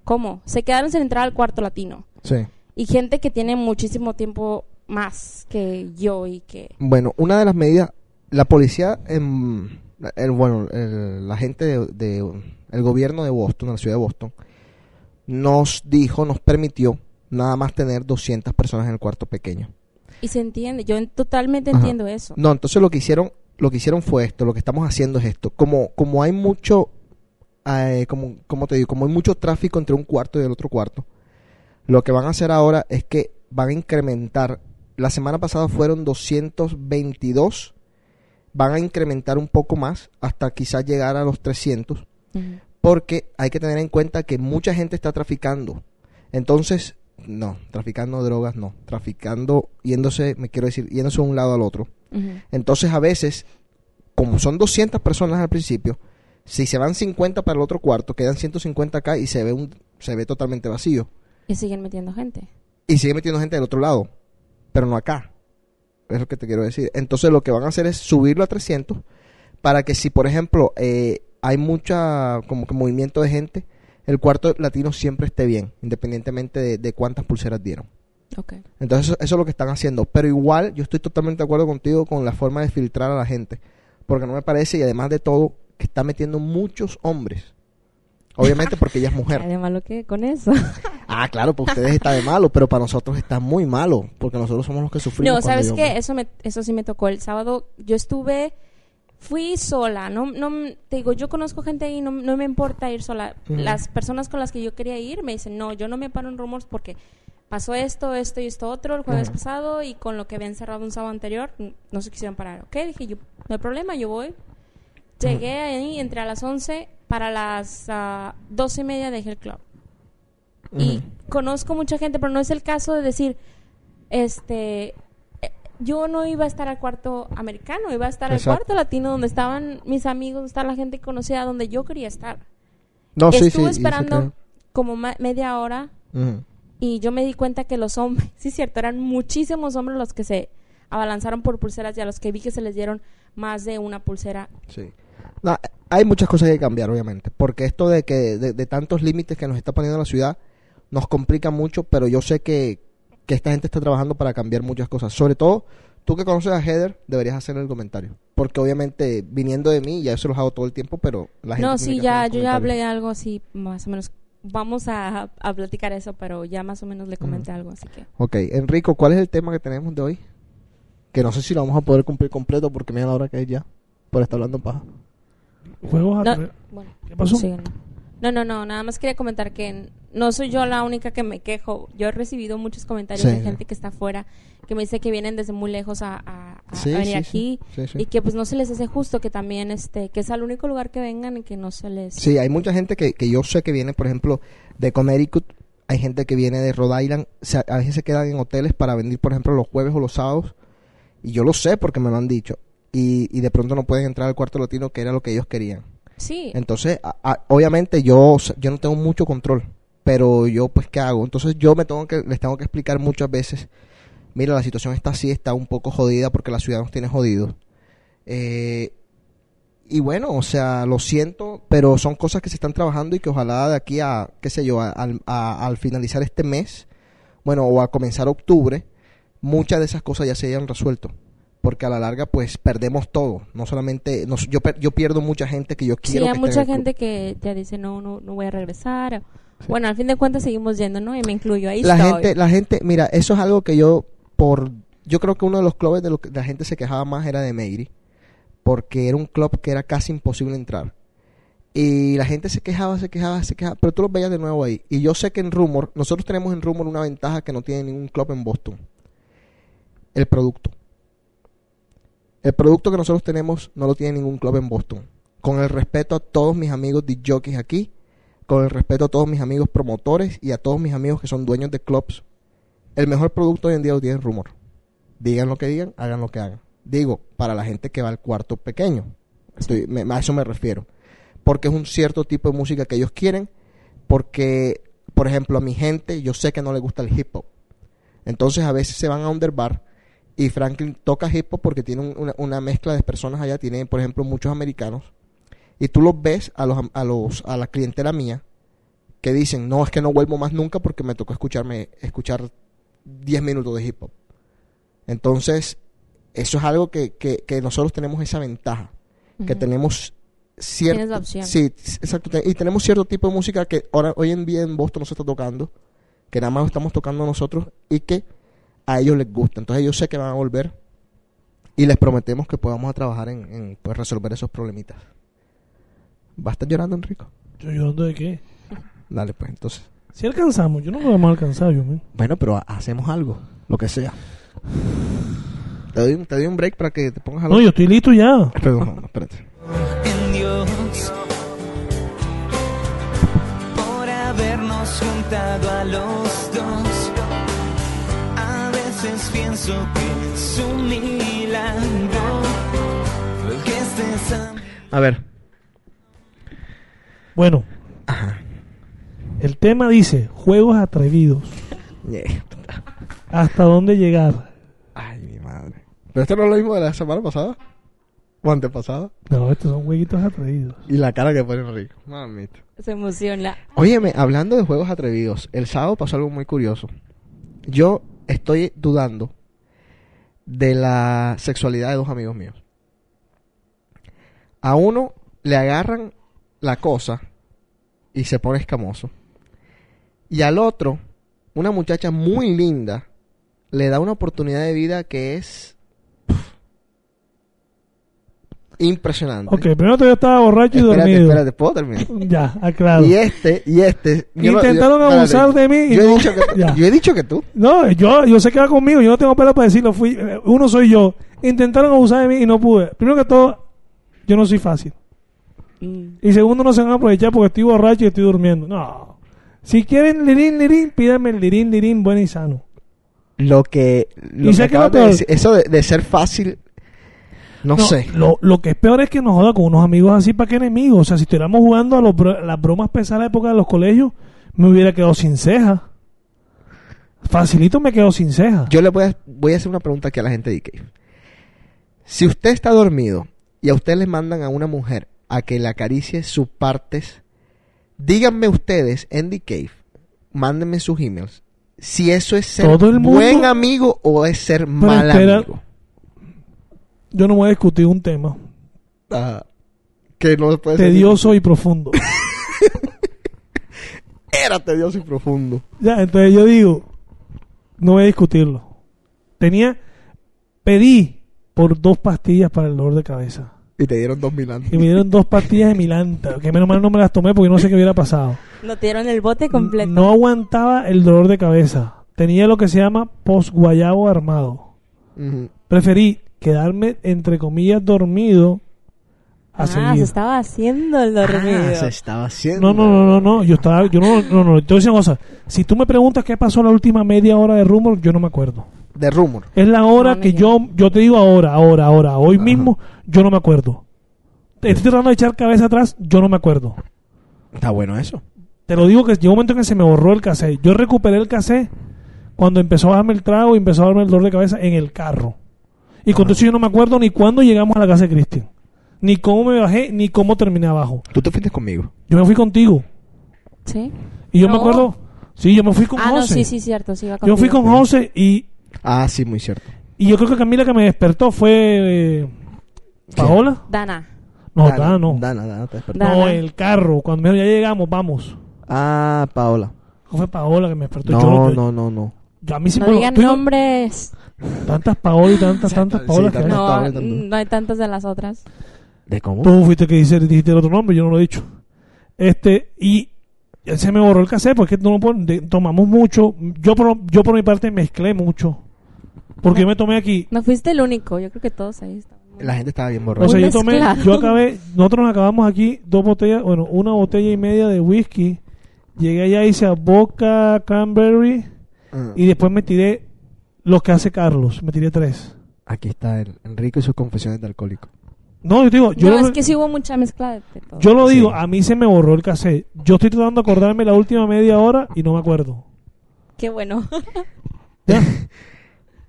¿cómo? Se quedaron sin entrar al cuarto latino.
Sí.
Y gente que tiene muchísimo tiempo más que yo y que...
Bueno, una de las medidas, la policía, en, el, bueno, el- la gente de, de- el gobierno de Boston, la ciudad de Boston, nos dijo, nos permitió nada más tener 200 personas en el cuarto pequeño.
Y se entiende, yo en- totalmente
Ajá.
entiendo eso.
No, entonces lo que hicieron, lo que hicieron fue esto, lo que estamos haciendo es esto. Como, como hay mucho, eh, como, como te digo, como hay mucho tráfico entre un cuarto y el otro cuarto, lo que van a hacer ahora es que van a incrementar, la semana pasada fueron 222, van a incrementar un poco más hasta quizás llegar a los 300
Ujú.
porque hay que tener en cuenta que mucha gente está traficando. Entonces, no, traficando drogas no, traficando yéndose, me quiero decir, yéndose de un lado al otro.
Ujú.
Entonces, a veces, como son 200 personas al principio, si se van 50 para el otro cuarto, quedan 150 acá y se ve un se ve totalmente vacío
Y siguen metiendo gente.
y sigue metiendo gente del otro lado, pero no acá. Es lo que te quiero decir. Entonces lo que van a hacer es subirlo a 300 para que si, por ejemplo, eh, hay mucha como que movimiento de gente, el cuarto latino siempre esté bien, independientemente de, de cuántas pulseras dieron.
Ok.
Entonces eso, eso es lo que están haciendo. Pero igual yo estoy totalmente de acuerdo contigo con la forma de filtrar a la gente, porque no me parece y además de todo que está metiendo muchos hombres. Obviamente porque ella es mujer.
Además, lo que con eso.
Ah, claro, para ustedes está de malo, pero para nosotros está muy malo, porque nosotros somos los que sufrimos.
No,
cuando
¿sabes
yo-
qué? Eso, me, eso sí me tocó. El sábado yo estuve, fui sola. No, no, m- te digo, yo conozco gente ahí, no, no me importa ir sola. Las personas con las que yo quería ir me dicen, no, yo no me paro en rumores porque pasó esto, esto y esto otro el jueves pasado y con lo que habían cerrado un sábado anterior, n- no se quisieron parar. Ok, dije yo, no hay problema, yo voy. Llegué ahí entre a las 11, para las ah, doce y media dejé el club. Y conozco mucha gente, pero no es el caso de decir, este, eh, yo no iba a estar al cuarto americano, iba a estar al
Exacto.
cuarto latino donde estaban mis amigos, donde estaba la gente que conocía, donde yo quería estar.
No, Oh, sí, sí.
Estuve
y eso
esperando
creo.
como ma- media hora
Ujú.
Y yo me di cuenta que los hombres, sí, cierto, eran muchísimos hombres los que se abalanzaron por pulseras y a los que vi que se les dieron más de una pulsera.
Sí. No, hay muchas cosas que cambiar, obviamente, porque esto de que de, de tantos límites que nos está poniendo la ciudad nos complica mucho, pero yo sé que, que esta gente está trabajando para cambiar muchas cosas. Sobre todo, tú que conoces a Heather, deberías hacer el comentario, porque obviamente viniendo de mí, ya yo se los hago todo el tiempo, pero la gente...
No,
tiene
sí,
que hacer
ya,
el
yo ya hablé
comentario.
de algo así, más o menos. Vamos a, a platicar eso, pero ya más o menos le comenté algo, así que.
Ok, Enrico, ¿cuál es el tema que tenemos de hoy? Que no sé si lo vamos a poder cumplir completo porque mira la hora que es ya, por estar hablando paja.
Juegos
No,
atre-
bueno,
¿Qué pasó?
sigan. No, no, no, nada más quería comentar que n- no soy yo la única que me quejo. Yo he recibido muchos comentarios
Sí,
de
sí.
gente que está afuera, que me dice que vienen desde muy lejos a, a- a-
Sí,
a venir
sí, sí.
aquí
Sí, sí.
y que pues no se les hace justo que también, este, que es al único lugar que vengan y que no se les...
Sí, hay mucha gente que, que yo sé que viene, por ejemplo, de Connecticut. Hay gente que viene de Rhode Island. se- a veces se quedan en hoteles para venir, por ejemplo, los jueves o los sábados. Y yo lo sé porque me lo han dicho. Y, y de pronto no pueden entrar al cuarto latino, que era lo que ellos querían.
Sí,
Entonces, a- a- obviamente yo, s- yo no tengo mucho control, pero yo pues qué hago. Entonces yo me tengo que, les tengo que explicar muchas veces, mira, la situación está así, está un poco jodida porque la ciudad nos tiene jodidos. Eh, y bueno, o sea, lo siento, pero son cosas que se están trabajando y que ojalá de aquí a, qué sé yo, a- al- a- al finalizar este mes, bueno, o a comenzar octubre, muchas de esas cosas ya se hayan resuelto. Porque a la larga, pues perdemos todo. No solamente. nos- yo, per- yo pierdo mucha gente que yo
sí,
quiero.
hay
que esté en
mucha
el club.
gente que ya dice, no, no, no voy a regresar. Bueno, al fin de cuentas seguimos yendo, ¿no? Y me incluyo ahí.
la
estoy.
gente, la gente, mira, eso es algo que yo por yo creo que uno de los clubes de los que la gente se quejaba más era de Meiri, porque era un club que era casi imposible entrar. Y la gente se quejaba, se quejaba, se quejaba, pero tú los veías de nuevo ahí. Y yo sé que en Rumor, nosotros tenemos en Rumor una ventaja que no tiene ningún club en Boston. El producto. El producto que nosotros tenemos no lo tiene ningún club en Boston. Con el respeto a todos mis amigos de jockeys aquí, con el respeto a todos mis amigos promotores y a todos mis amigos que son dueños de clubs, el mejor producto hoy en día lo tienen rumor. Digan lo que digan, hagan lo que hagan. Digo, para la gente que va al cuarto pequeño. Estoy- me- a eso me refiero. Porque es un cierto tipo de música que ellos quieren. Porque, por ejemplo, a mi gente, yo sé que no le gusta el hip hop. Entonces a veces se van a Underbar y Franklin toca hip hop porque tiene un- una, una mezcla de personas allá. Tiene, por ejemplo, muchos americanos y tú los ves a los a los a la clientela mía que dicen no es que no vuelvo más nunca porque me tocó escucharme escuchar 10 minutos de hip hop entonces eso es algo que, que, que nosotros tenemos esa ventaja que
Ujú.
tenemos
Tienes
cierto
la opción.
sí s- exacto te- y tenemos cierto tipo de música que ahora hoy en día en Boston no se está tocando que nada más estamos tocando nosotros y que a ellos les gusta entonces yo sé que van a volver y les prometemos que podamos a trabajar en, en, pues, resolver esos problemitas va a estar llorando Enrico
¿Yo llorando de qué?
dale pues entonces
Si alcanzamos, yo no lo hemos alcanzado, yo, man.
bueno pero ha- hacemos algo lo que sea te doy, un- te doy un break para que te pongas a
No, yo estoy listo ya.
Perdón, no, no, espérate
en Dios por habernos juntado a los dos. A veces pienso que es un milagro que estés a
a ver
Bueno. El tema dice, juegos atrevidos. ¿Hasta dónde llegar?
Ay, mi madre. Pero esto no es lo mismo de la semana pasada. O antepasada.
No, estos son jueguitos atrevidos.
Y la cara que pone Enrico. Mamita.
Se emociona.
Óyeme, hablando de juegos atrevidos, el sábado pasó algo muy curioso. Yo estoy dudando de la sexualidad de dos amigos míos. A uno le agarran la cosa y se pone escamoso. Y al otro, una muchacha muy linda, le da una oportunidad de vida que es pf, impresionante.
Ok, primero todavía estaba borracho y
espérate,
dormido.
espérate, ¿puedo terminar?
Ya, aclaro.
Y este, y este. yo no- yo-
Intentaron
espérate.
abusar de mí y
Yo he,
no-
dicho que, tú-
Ya.
yo he dicho que tú.
No, yo, yo sé que va conmigo, yo no tengo pelo para decirlo. Fui, eh, uno soy yo. Intentaron abusar de mí y no pude. Primero que todo, yo no soy fácil. Y segundo, no se van a aprovechar porque estoy borracho y estoy durmiendo. No. Si quieren lirín, lirín, pídanme el lirín, lirín, bueno y sano.
Lo que. Lo
Y
que
sé que
acabas
lo
de
peor-
decir- eso de, de ser fácil. No, sé.
Lo, lo que es peor es que nos joda con unos amigos así para que enemigos. O sea, si estuviéramos jugando a los bro- las bromas pesadas de la época de los colegios, me hubiera quedado sin ceja. Facilito me quedo sin ceja.
Yo le voy a, voy a hacer una pregunta aquí a la gente de IK. Si usted está dormido y a usted les mandan a una mujer a que le acaricie sus partes, díganme ustedes en The Cave, mándenme sus emails, si eso es ser
Todo el mundo-
buen amigo o es ser mal
espera.
amigo.
Yo no voy a discutir un tema
Ah, que no puede ser-
tedioso y profundo.
Era tedioso y profundo.
Ya, entonces yo digo, no voy a discutirlo. Tenía, pedí por dos pastillas para el dolor de cabeza.
Y te dieron dos mil años.
Y me dieron dos pastillas de Milanta, que menos mal no me las tomé porque no sé qué hubiera pasado.
No te dieron el bote completo.
No aguantaba el dolor de cabeza. Tenía lo que se llama posguayabo armado.
Ujú.
Preferí quedarme, entre comillas, dormido a
ah,
seguir.
se estaba haciendo el dormido.
Ah, se estaba haciendo.
No, no, no, no, no. Yo estaba, yo no, no, no. Te voy a decir una cosa. Si tú me preguntas qué pasó la última media hora de rumor, yo no me acuerdo.
De rumor.
Es la hora
No, ni
que
yo.
yo, yo te digo ahora, ahora, ahora, hoy
Ajá.
mismo, yo no me acuerdo. Te Estoy tratando de echar cabeza atrás, yo no me acuerdo.
Está bueno eso.
Te lo digo que llegó un momento en que se me borró el cassette. Yo recuperé el cassette cuando empezó a darme el trago y empezó a darme el dolor de cabeza en el carro. Y con todo eso yo no me acuerdo ni cuándo llegamos a la casa de Cristian. Ni cómo me bajé, ni cómo terminé abajo.
Tú te fuiste conmigo.
Yo me fui contigo.
Sí.
Y yo me
No.
acuerdo. Sí, yo me fui con
Ah, no,
José.
sí, sí, cierto. Sí, iba
yo fui con
contigo.
José y,
Ah, sí, muy cierto.
y yo creo que Camila que me despertó fue. eh, ¿Paola?
Dana.
No, Dana, no.
Dana, Dana, te despertó.
Dana.
No, el carro. Cuando me dijo, ya llegamos, vamos.
Ah, Paola.
No Fue Paola que me despertó. Yo
No,
yo-
no, no, no.
yo a mí sí
No
me-
digan
tú-
nombres.
Tantas Paola y tantas, tantas
Sí,
Paola que hay.
tantas.
No,
estaba hablando.
no hay tantas de las otras.
¿De cómo?
Tú fuiste que dice- dijiste el otro nombre, yo no lo he dicho. Este, y se me borró el cassette porque no lo pon- de- tomamos mucho. Yo por, yo por mi parte mezclé mucho. Porque yo me tomé aquí.
No fuiste el único. Yo creo que todos ahí estaban.
La gente estaba bien
O
borrosa.
sea,
Muy
Pues yo tomé,
mezclado.
yo acabé, nosotros nos acabamos aquí dos botellas, bueno, una botella y media de whisky. Llegué allá, hice a Boca, Cranberry
Ah,
Pues, y después me tiré los que hace Carlos, me tiré tres.
Aquí está el- Enrico y sus confesiones de alcohólico.
No, yo te digo, yo
no,
lo-
es que sí hubo mucha mezcla de, de todo.
Yo lo digo,
Sí.
a mí se me borró el cassette. Yo estoy tratando de acordarme la última media hora y no me acuerdo.
Qué bueno.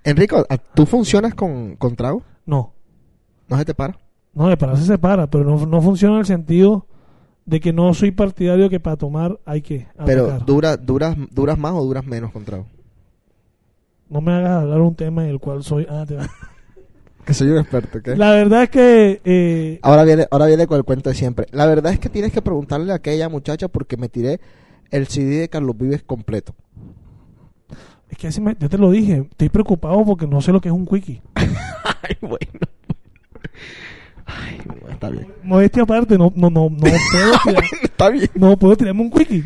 Enrico, ¿a- ¿tú funcionas con, con trago?
No,
¿No se te para?
no, de pararse se para, pero no, no funciona en el sentido de que no soy partidario que para tomar hay que
Pero
atacar.
dura, duras, duras más o duras menos con trago.
No me hagas hablar un tema en el cual soy... ah, te va.
Que soy un experto, ¿qué?
La verdad es que... eh,
Ahora viene, ahora viene con el cuento de siempre. La verdad es que tienes que preguntarle a aquella muchacha porque me tiré el CD de Carlos Vives completo.
es que así me- yo te lo dije, estoy preocupado porque no sé lo que es un quickie.
Ay, bueno. Ay, no, está bien.
Modestia aparte, no, no, no, no puedo tirar-
Está bien.
no puedo tirarme un quickie.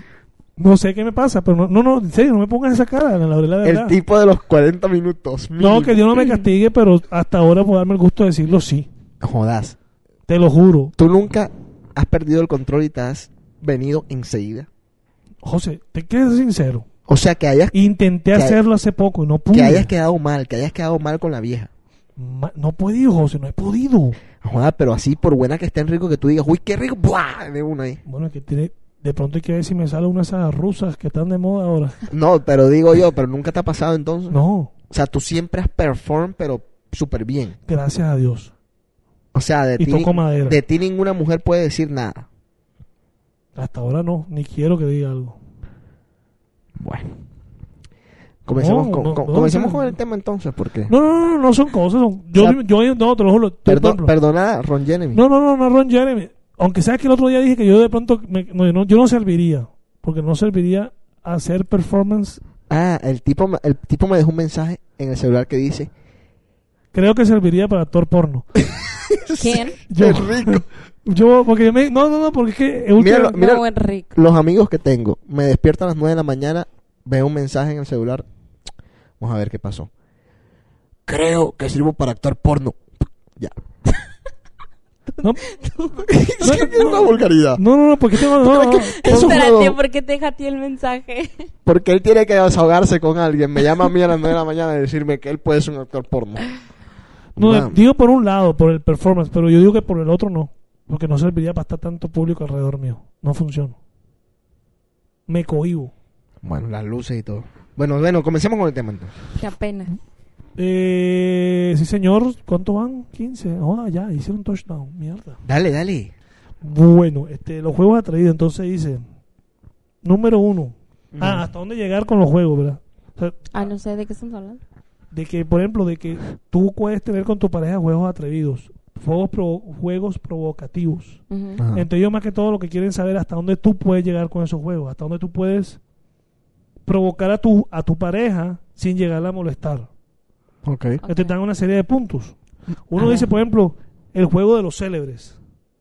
No sé qué me pasa, pero no, no, no, en serio, no me pongas esa cara, la, la verdad.
El tipo de los 40 minutos.
No,
mínimo.
que Dios no me castigue, pero hasta ahora puedo darme el gusto de decirlo sí.
Jodas.
Te lo juro.
Tú nunca has perdido el control y te has venido enseguida.
José, te quieres ser sincero.
O sea, que hayas,
Intenté
Que hay-
hacerlo hace poco y no pude.
que hayas quedado mal, que hayas quedado mal con la vieja.
Ma- No he podido, José, no he podido.
Jodas, pero así, por buena que estén rico, que tú digas, uy, qué rico, ¡buah! de una ahí.
Bueno, que tiene... De pronto hay que ver si me salen unas esas rusas que están de moda ahora.
No, pero digo yo, pero nunca te ha pasado entonces.
No,
O sea, tú siempre has performed, pero súper bien.
gracias a Dios.
O sea, de
Y
ti,
toco madera.
de ti ninguna mujer puede decir nada.
Hasta ahora no, ni quiero que diga algo.
Bueno. Comencemos,
No,
con,
no,
con-
no,
comencemos
o sea,
con el tema entonces, porque...
No, no, no, no, no son cosas. son- Yo,
O sea,
yo, no, te lo juro. tú, por
Perdón,
ejemplo.
perdona, Ron Jeremy.
No, no, no, no, Ron Jeremy. Aunque sabes que el otro día dije que yo de pronto, me- no, yo no- yo no serviría, porque no serviría hacer performance.
Ah, el tipo, me- el tipo me dejó un mensaje en el celular que dice...
Creo que serviría para actor porno.
¿Quién?
Yo,
"Qué rico.
yo, porque me, no, no, no, porque es que eh,
Míralo,
última-
Mira-
No, Enrico.
Los amigos que tengo, me despierto a las 9 de la mañana, veo un mensaje en el celular. Vamos a ver qué pasó. Creo que sirvo para actuar porno. Ya.
no,
es que es una vulgaridad.
no, no, no, porque tengo, no, no, no.
Eso fue-
Espérate, ¿por qué te deja a ti el mensaje?
Porque él tiene que desahogarse con alguien. Me llama a mí a las 9 de la mañana y decirme que él puede ser un actor porno.
No,
Man.
digo por un lado, por el performance, pero yo digo que por el otro no, porque no serviría para estar tanto público alrededor mío. No funciona. Me cohibo.
Bueno, las luces y todo. Bueno, bueno, comencemos con el tema entonces.
Qué pena.
Eh, sí, señor. ¿Cuánto van? 15. Joda, ya, hicieron touchdown. Mierda.
Dale, dale.
Bueno, este, los juegos atraídos, entonces dice. Número uno. Ah, ¿hasta dónde llegar con los juegos, verdad? O sea,
Ah, no sé de qué estamos hablando.
de que, por ejemplo, de que tú puedes tener con tu pareja juegos atrevidos, juegos, pro- juegos provocativos.
Ujú.
Ajá.
Entre ellos, más que todo, lo que quieren saber hasta dónde tú puedes llegar con esos juegos, hasta dónde tú puedes provocar a tu, a tu pareja sin llegarla a molestar.
Ok.
Que Te
Ok.
dan una serie de puntos. Uno
Ah.
dice, por ejemplo, el juego de los célebres.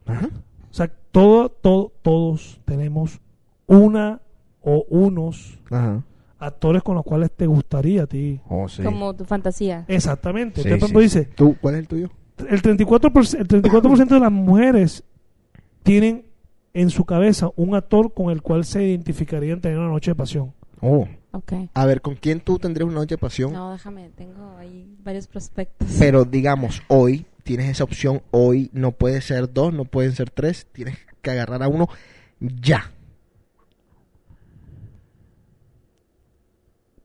Ajá.
O sea, todo, todo, todos tenemos una o unos
Ajá.
actores con los cuales te gustaría a ti.
Oh, sí.
Como tu fantasía.
Eh. Exactamente.
Sí,
Entonces, por
sí.
ejemplo, dice,
¿Tú, ¿Cuál es el tuyo?
el 34%, el 34 de las mujeres tienen en su cabeza un actor con el cual se identificarían tener una noche de pasión.
Oh.
Ok.
A ver, ¿con quién tú tendrías una noche de pasión?
No, déjame, tengo ahí varios prospectos.
Pero digamos, hoy tienes esa opción. Hoy no puede ser dos, no pueden ser tres. Tienes que agarrar a uno ya.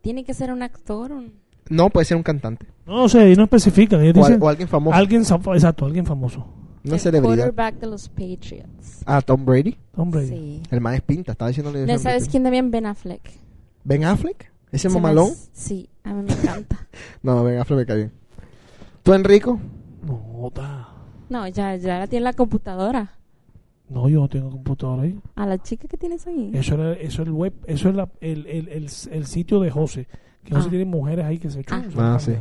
Tiene que ser un actor. un-
No puede ser un cantante.
No, sé, ahí no especifican. Ellos
O, al-
dicen,
o alguien famoso.
alguien, fa- exacto, alguien famoso.
una
el
celebridad.
quarterback de los Patriots.
Ah, Tom Brady.
Hombre,
Sí.
El más es pinta. Estaba diciéndole.
¿No sabes quién también? Ben Affleck.
Ben Affleck. Ese
Se me
mamalón.
hace- Sí, a mí me encanta.
No, Ben Affleck me cae bien. ¿Tú, Enrico?
no, da.
No, ya, ya la tiene la computadora.
no, yo no tengo computadora ahí.
A la chica que tienes ahí.
Eso, era, eso es el web, eso es la- el, el- el- el sitio de José. Que José
Ah.
tiene mujeres ahí que se echan.
Ah, sí.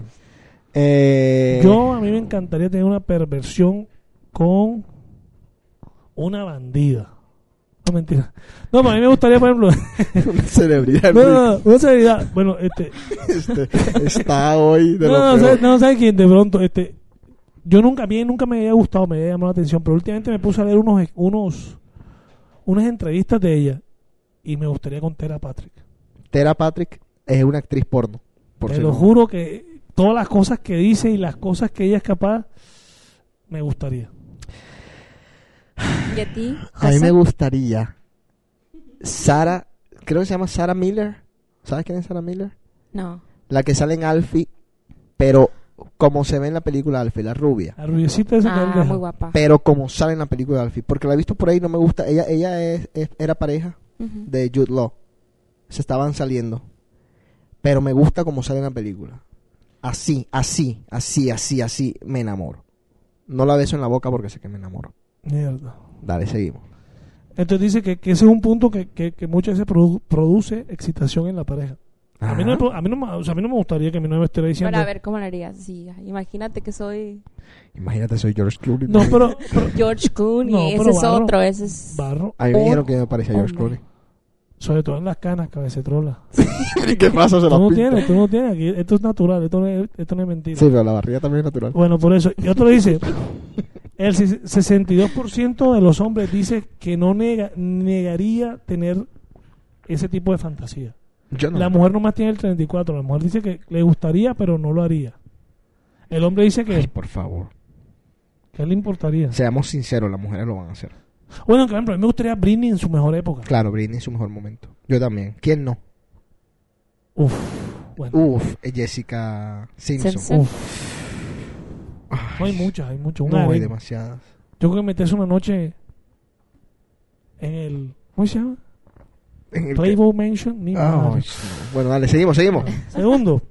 Eh,
Yo a mí me encantaría tener una perversión con una bandida. No, mentira. No, pero a mí me gustaría, por ejemplo...
Una celebridad.
No, no, no, una celebridad. Bueno, este.
Este, está hoy de
No,
lo
no,
peor.
¿sabes, no, ¿sabes quién? De pronto, este. Yo nunca, a mí nunca me había gustado, me había llamado la atención, pero últimamente me puse a leer unos, unos, unas entrevistas de ella y me gustaría con Tera Patrick.
Tera Patrick es una actriz porno. Por
Te
si
lo
no.
juro que todas las cosas que dice y las cosas que ella es capaz, me gustaría.
¿Y a ti?
A mí
José?
me gustaría. Sara, creo que se llama Sara Miller. ¿Sabes quién es Sara Miller?
No.
La que sale en Alfie, pero como se ve en la película Alfie, la rubia.
La rubiecita esa que él
Ah,
deja.
muy guapa.
Pero como sale en la película Alfie, porque la he visto por ahí, no me gusta. Ella, ella es- es- era pareja
Ujú.
de Jude Law. Se estaban saliendo. Pero me gusta como sale en la película. Así, así, así, así, así, me enamoro. No la beso en la boca porque sé que me enamoro.
Mierda.
Dale, seguimos.
Entonces dice que, que ese es un punto que, que, que muchas veces produ- produce excitación en la pareja. A mí, no me,
Ajá.
pro- a, mí no, me- o sea, a mí no me gustaría que mi novia estuviera diciendo.
Bueno, a ver, ¿cómo lo harías? Sí, imagínate que soy
Imagínate, soy George Clooney.
No, pero. pero-
George Clooney.
No,
ese
pero
es
barro.
otro, ese es...
barro.
A mí me
Oh.
dijeron que me parecía George
Hombre.
Clooney.
Sobre todo en las canas, cabecetrola.
¿Qué pasa? Se
Tú no tienes, tú no tienes. aquí- esto es natural, esto no es, esto no es mentira.
Sí, pero la barriga también es natural.
Bueno, por eso. Y otro dice: el ses- 62% de los hombres dice que no nega, negaría tener ese tipo de fantasía.
Yo no.
La mujer nomás tiene el 34%. La mujer dice que le gustaría, pero no lo haría. El hombre dice
Ay,
que,
por favor.
que le importaría.
Seamos sinceros, las mujeres lo van a hacer.
Bueno, por ejemplo, a mí me gustaría Britney en su mejor época.
Claro, Britney es su mejor momento. Yo también. ¿Quién no?
Uf, bueno.
Uf, eh, Jessica Simpson.
Simpson.
No hay muchas, hay muchas. Una
No, hay
de-
demasiadas.
Yo creo que meterse una noche en el. ¿Cómo se llama?
En el que-
Playboy Mansion. ni
Ah,
madre.
no. Bueno, dale, seguimos, seguimos.
Segundo,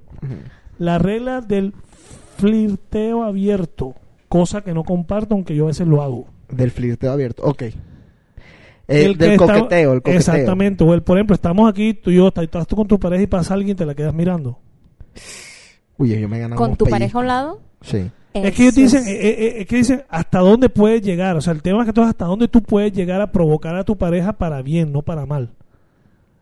la regla del flirteo abierto. Cosa que no comparto, aunque yo a veces lo hago.
Del flirteo abierto. Ok. Eh,
El que
del
está-
coqueteo, el coqueteo.
Exactamente. O el, por ejemplo, estamos aquí, tú y yo, estás estás tú con tu pareja y pasa alguien y te la quedas mirando.
Uy, yo me he ganado
¿Con
unos
tu
pellizcos.
pareja a un lado?
Sí.
Es que ellos
Eso
dicen,
es-
eh, eh, eh, es que dicen hasta dónde puedes llegar. O sea, el tema es que tú es hasta dónde tú puedes llegar a provocar a tu pareja para bien, no para mal.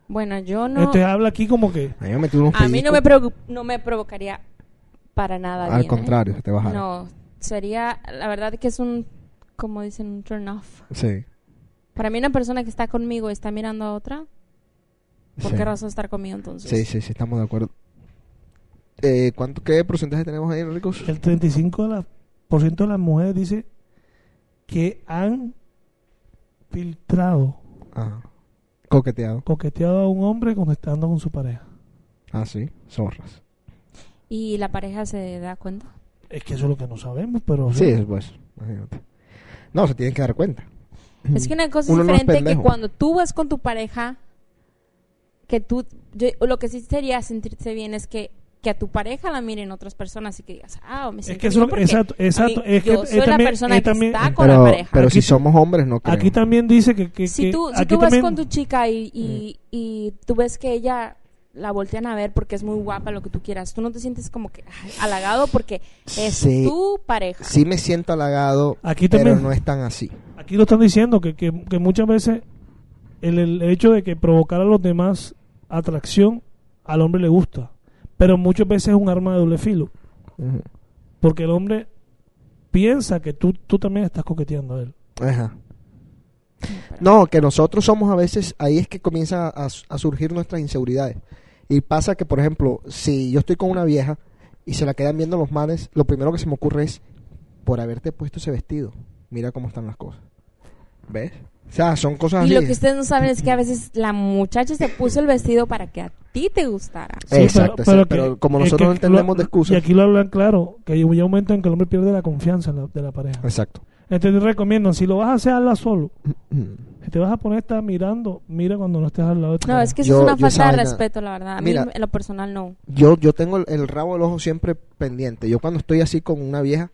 Bueno, yo no...
Entonces habla aquí como que.
A mí me metí unos
A mí no
pellizcos.
me, preocu- no me provocaría para nada.
Al
bien, ¿eh?
contrario, se te bajaron.
No, sería, la verdad que es un, como dicen, un turn off.
Sí.
Para mí una persona que está conmigo está mirando a otra, ¿por
sí.
qué razón estar conmigo entonces?
Sí, sí, sí, estamos de acuerdo. Eh, ¿Cuánto qué porcentaje tenemos ahí, Enricos?
El 35% de, las- por ciento de las mujeres dice que han filtrado,
Ajá. Coqueteado.
coqueteado a un hombre cuando está andando con su pareja.
Ah, sí, zorras.
Y la pareja se da cuenta.
Es que eso es lo que no sabemos, pero...
Sí, es pues, imagínate. No, se tienen que dar cuenta.
Es que una cosa
Uno
es
no es
diferente que
pendejo.
cuando tú vas con tu pareja, que tú, yo- lo que sí sería sentirse bien es que, que a tu pareja la miren otras personas y que digas, ah, me siento
que eso-
bien porque
exacto,
a mí-
exacto, es que
yo
es
soy la
también-
persona
es
que
también-
está con la
Pero,
pareja.
pero si
Aquí-
somos hombres, no creo.
Aquí también dice que... que-
si
que-
tú, si
aquí
tú vas
también- Mm.
con tu chica y, y, y tú ves que ella la voltean a ver porque es muy guapa, lo que tú quieras, tú no te sientes como que ay, halagado porque es
Sí.
tu pareja.
Sí me siento halagado,
Aquí
pero
también.
no es tan así.
Aquí lo están diciendo, que, que, que muchas veces el, el hecho de que provocar a los demás atracción al hombre le gusta, pero muchas veces es un arma de doble filo,
Ujú.
porque el hombre piensa que tú, tú también estás coqueteando a él.
Ajá. No, que nosotros somos a veces, ahí es que comienzan a, a surgir nuestras inseguridades. Y pasa que, por ejemplo, si yo estoy con una vieja y se la quedan viendo los manes, lo primero que se me ocurre es, por haberte puesto ese vestido, mira cómo están las cosas. ¿Ves? O sea, son cosas
Y lo
así.
que ustedes no saben es que a veces la muchacha se puso el vestido para que a ti te gustara.
Sí, Exacto, exacto,
que-
pero como
es
nosotros
que
no entendemos
lo-
de excusas.
Y aquí lo hablan claro, que hay un momento en que el hombre pierde la confianza en la- de la pareja.
Exacto.
Entonces te recomiendan, si lo vas a hacer, hazla solo. Si te vas a poner, estás mirando, mira cuando no estés al lado de tu
No, es que eso
Yo-
es una
yo esa
falta de
vaina-
respeto, la verdad. A mí,
Mira.
en lo personal, no.
yo, yo tengo el, el rabo del ojo siempre pendiente. Yo cuando estoy así con una vieja,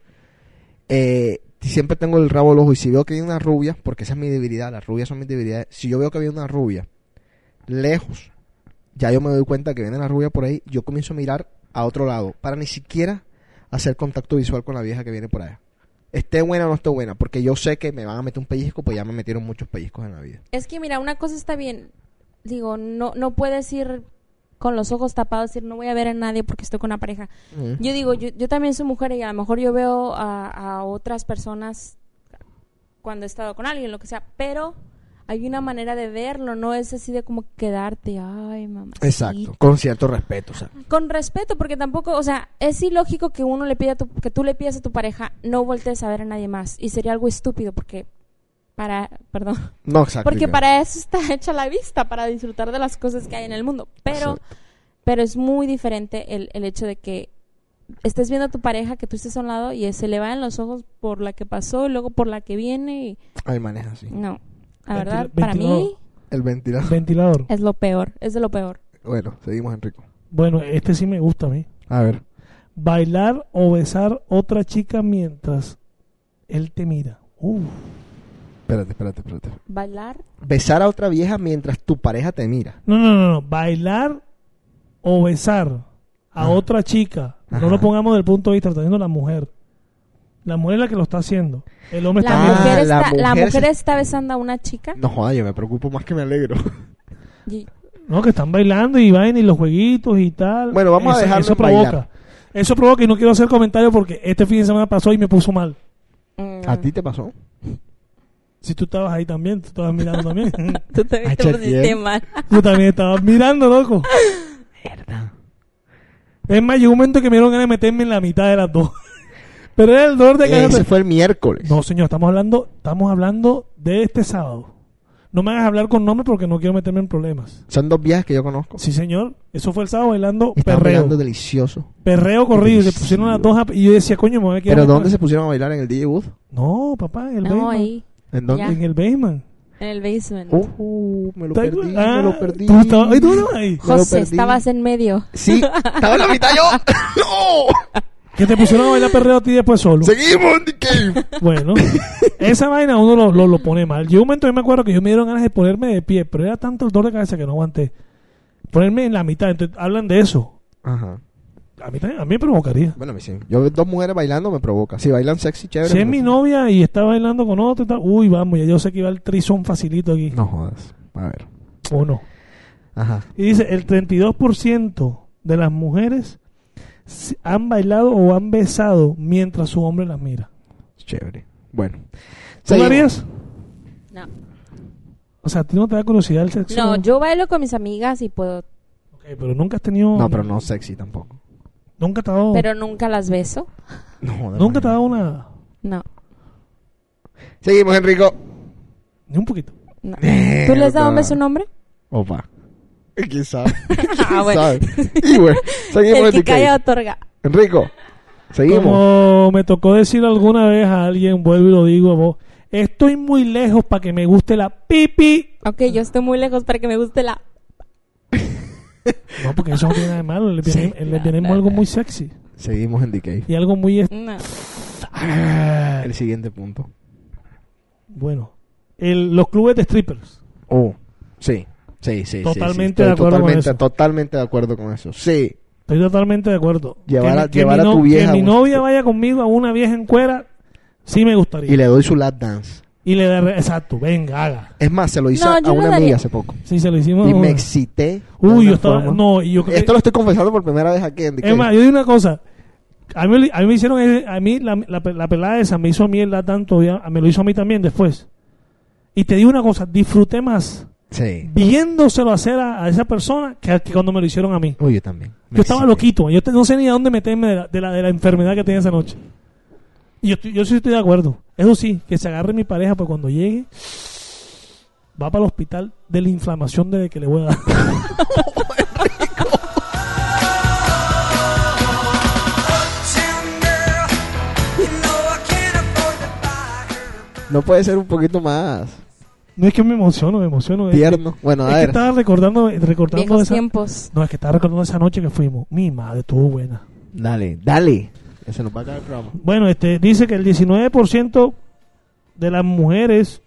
eh, siempre tengo el rabo del ojo. Y si veo que hay una rubia, porque esa es mi debilidad, las rubias son mis debilidades. Si yo veo que había una rubia lejos, ya yo me doy cuenta que viene la rubia por ahí, yo comienzo a mirar a otro lado, para ni siquiera hacer contacto visual con la vieja que viene por allá. Esté buena o no esté buena, porque yo sé que me van a meter un pellizco, pues ya me metieron muchos pellizcos en la vida.
Es que, mira, una cosa está bien. Digo, no, no puedes ir con los ojos tapados decir, no voy a ver a nadie porque estoy con una pareja. Yo digo, yo, yo también soy mujer y a lo mejor yo veo a, a otras personas cuando he estado con alguien, lo que sea, pero hay una manera de verlo, no es así de como quedarte, ay, mamá.
Exacto, con cierto respeto. O sea.
Con respeto, porque tampoco, o sea, es ilógico que uno le pida a tu- que tú le pidas a tu pareja no voltees a ver a nadie más y sería algo estúpido porque para, perdón,
No, exacto.
porque
claro.
para eso está hecha la vista, para disfrutar de las cosas que hay en el mundo, pero
Exacto.
pero es muy diferente el, el hecho de que estés viendo a tu pareja que tú estés a un lado y se le van los ojos por la que pasó y luego por la que viene y
Ay, maneja así.
no, la
Ventila-
verdad para mí
ventilador.
El ventilador.
ventilador.
es lo peor, es de lo peor.
Bueno, seguimos, Enrico.
Bueno, este sí me gusta a mí.
A ver.
Bailar o besar otra chica mientras él te mira. Uf.
Espérate, espérate, espérate.
Bailar
Besar a otra vieja mientras tu pareja te mira.
No, no, no, no. Bailar o besar a
Ajá.
otra chica.
Ajá.
No lo pongamos del punto de vista, lo está haciendo la mujer. La mujer es la que lo está haciendo. El hombre
la
está
bien.
mujer,
Ah, la
está, la
mujer
mujer
se-
está besando a una chica.
No joda, yo me preocupo más que me alegro.
y-
No, que están bailando y vaina y los jueguitos y tal.
Bueno, vamos a
Eso-
dejarlo
Eso
en
provoca.
bailar.
Eso provoca y no quiero hacer comentarios porque este fin de semana pasó y me puso mal.
mm,
¿A ti te pasó?
Si tú estabas ahí también, tú estabas mirando también.
Tú te,
Ay,
te
qué
pusiste
bien.
mal.
Yo también estaba mirando, loco. Es más, llegó un momento que me dieron ganas de meterme en la mitad de las dos. Pero era el dolor de cabeza.
Ese fue el miércoles.
No, señor, estamos hablando, estamos hablando de este sábado. No me hagas hablar con nombre porque no quiero meterme en problemas.
Son dos viejas que yo conozco.
Sí, señor. Eso fue el sábado bailando
Estaban
perreo.
bailando delicioso.
Perreo corrido. Y se pusieron las dos a- y yo decía, coño, me voy a quedar.
¿Pero dónde se pusieron a bailar? ¿En el DJ Booth?
No, papá, en el
No,
basement.
ahí
¿En dónde?
Ya.
En el basement.
en el basement.
Uh, uh, me lo
¿Te
perdí,
acuerdas?
me
Ah,
lo perdí.
Tú estabas, ay, tú estabas ahí.
me lo
José,
perdí.
estabas en medio.
Sí, estaba en la mitad yo. ¡No!
Que te pusieron a bailar perreo a ti después solo.
Seguimos, Nicky.
Bueno, esa vaina uno lo, lo- lo pone mal. Llegó un momento yo me acuerdo que yo me dieron ganas de ponerme de pie, pero era tanto el dolor de cabeza que no aguanté. Ponerme en la mitad. Entonces, hablan de eso.
Ajá.
A mí, también- a mí me provocaría.
Bueno, a mí sí. Yo veo dos mujeres bailando me provoca. Si bailan sexy, chévere. pues,
Si es
me
mi
gusta.
novia y está bailando con otro y tal, uy, vamos, ya yo sé que va el trizón facilito aquí.
No jodas. A ver.
O no.
Ajá.
Y dice, el 32% de las mujeres s- han bailado o han besado mientras su hombre las mira.
Chévere. Bueno.
¿Tú lo
Seguimos.
harías?
No.
O sea, ¿a ti no te da curiosidad el sexo?
No, yo bailo con mis amigas y puedo,
Ok, pero nunca has tenido...
No, pero no sexy tampoco.
Nunca te ha
Oh.
dado...
pero nunca las beso.
No, joder,
nunca te
imagínate.
ha dado una...
No.
Seguimos, Enrico.
Ni un poquito.
no.
Eh,
¿Tú les has dado
no.
un beso a un hombre?
Opa. ¿Y ¿Quién sabe? ¿Quién
Ah, bueno.
sabe? Y bueno, seguimos
El
en
que
DK.
calla otorga.
Enrico, seguimos.
Como me tocó decir alguna vez a alguien, vuelvo y lo digo a vos, estoy muy lejos para que me guste la pipi.
Ok, yo estoy muy lejos para que me guste la...
No, porque eso no tiene nada de malo. El lesbianismo, el lesbianismo es algo muy sexy.
Seguimos en Decay.
Y algo muy... est-
No.
El siguiente punto.
Bueno, el- los clubes de strippers.
Oh, sí, sí, sí, sí. sí.
Totalmente
Estoy
de acuerdo con
totalmente,
eso.
Totalmente de acuerdo con eso. Sí,
Estoy totalmente de acuerdo.
Llevar a-
que, mi- que
llevar
mi
a tu
no-
vieja
que
a
mi
un-
novia vaya conmigo a una vieja en cuera, sí me gustaría.
y le doy su lap dance.
Y le daré... Exacto, venga, haga.
Es más, se lo hice
No,
a
yo no
una
daría.
amiga hace poco.
Sí, se lo hicimos.
Y
a una.
me excité. de
Uy,
una
yo estaba...
forma.
No, y yo creo que-
Esto lo estoy confesando por primera vez aquí en DK.
Es más, yo digo una cosa. A mí, a mí me hicieron, ese- a mí la, la, la pelada esa me hizo a mí el la tanto, ya- me lo hizo a mí también después. Y te digo una cosa, disfruté más
Sí.
viéndoselo hacer a, a esa persona que, que cuando me lo hicieron a mí.
Uy, yo también. Me
Yo estaba
excité.
loquito, yo te- no sé ni a dónde meterme de la, de la, de la enfermedad que tenía esa noche. Y yo, estoy- yo sí estoy de acuerdo. Eso sí, que se agarre mi pareja, pues cuando llegue, va para el hospital de la inflamación de que le voy a dar.
No puede ser un poquito más
No es que me emociono, me emociono. es que-
tierno. Bueno,
Es
a
que
ver.
estaba recordando, recordando
Viejos
esa,
tiempos.
No, es que estaba recordando esa noche que fuimos. Mi madre estuvo buena.
Dale, dale. Que Se nos va a caer el programa.
Bueno, este dice que el 19% de las mujeres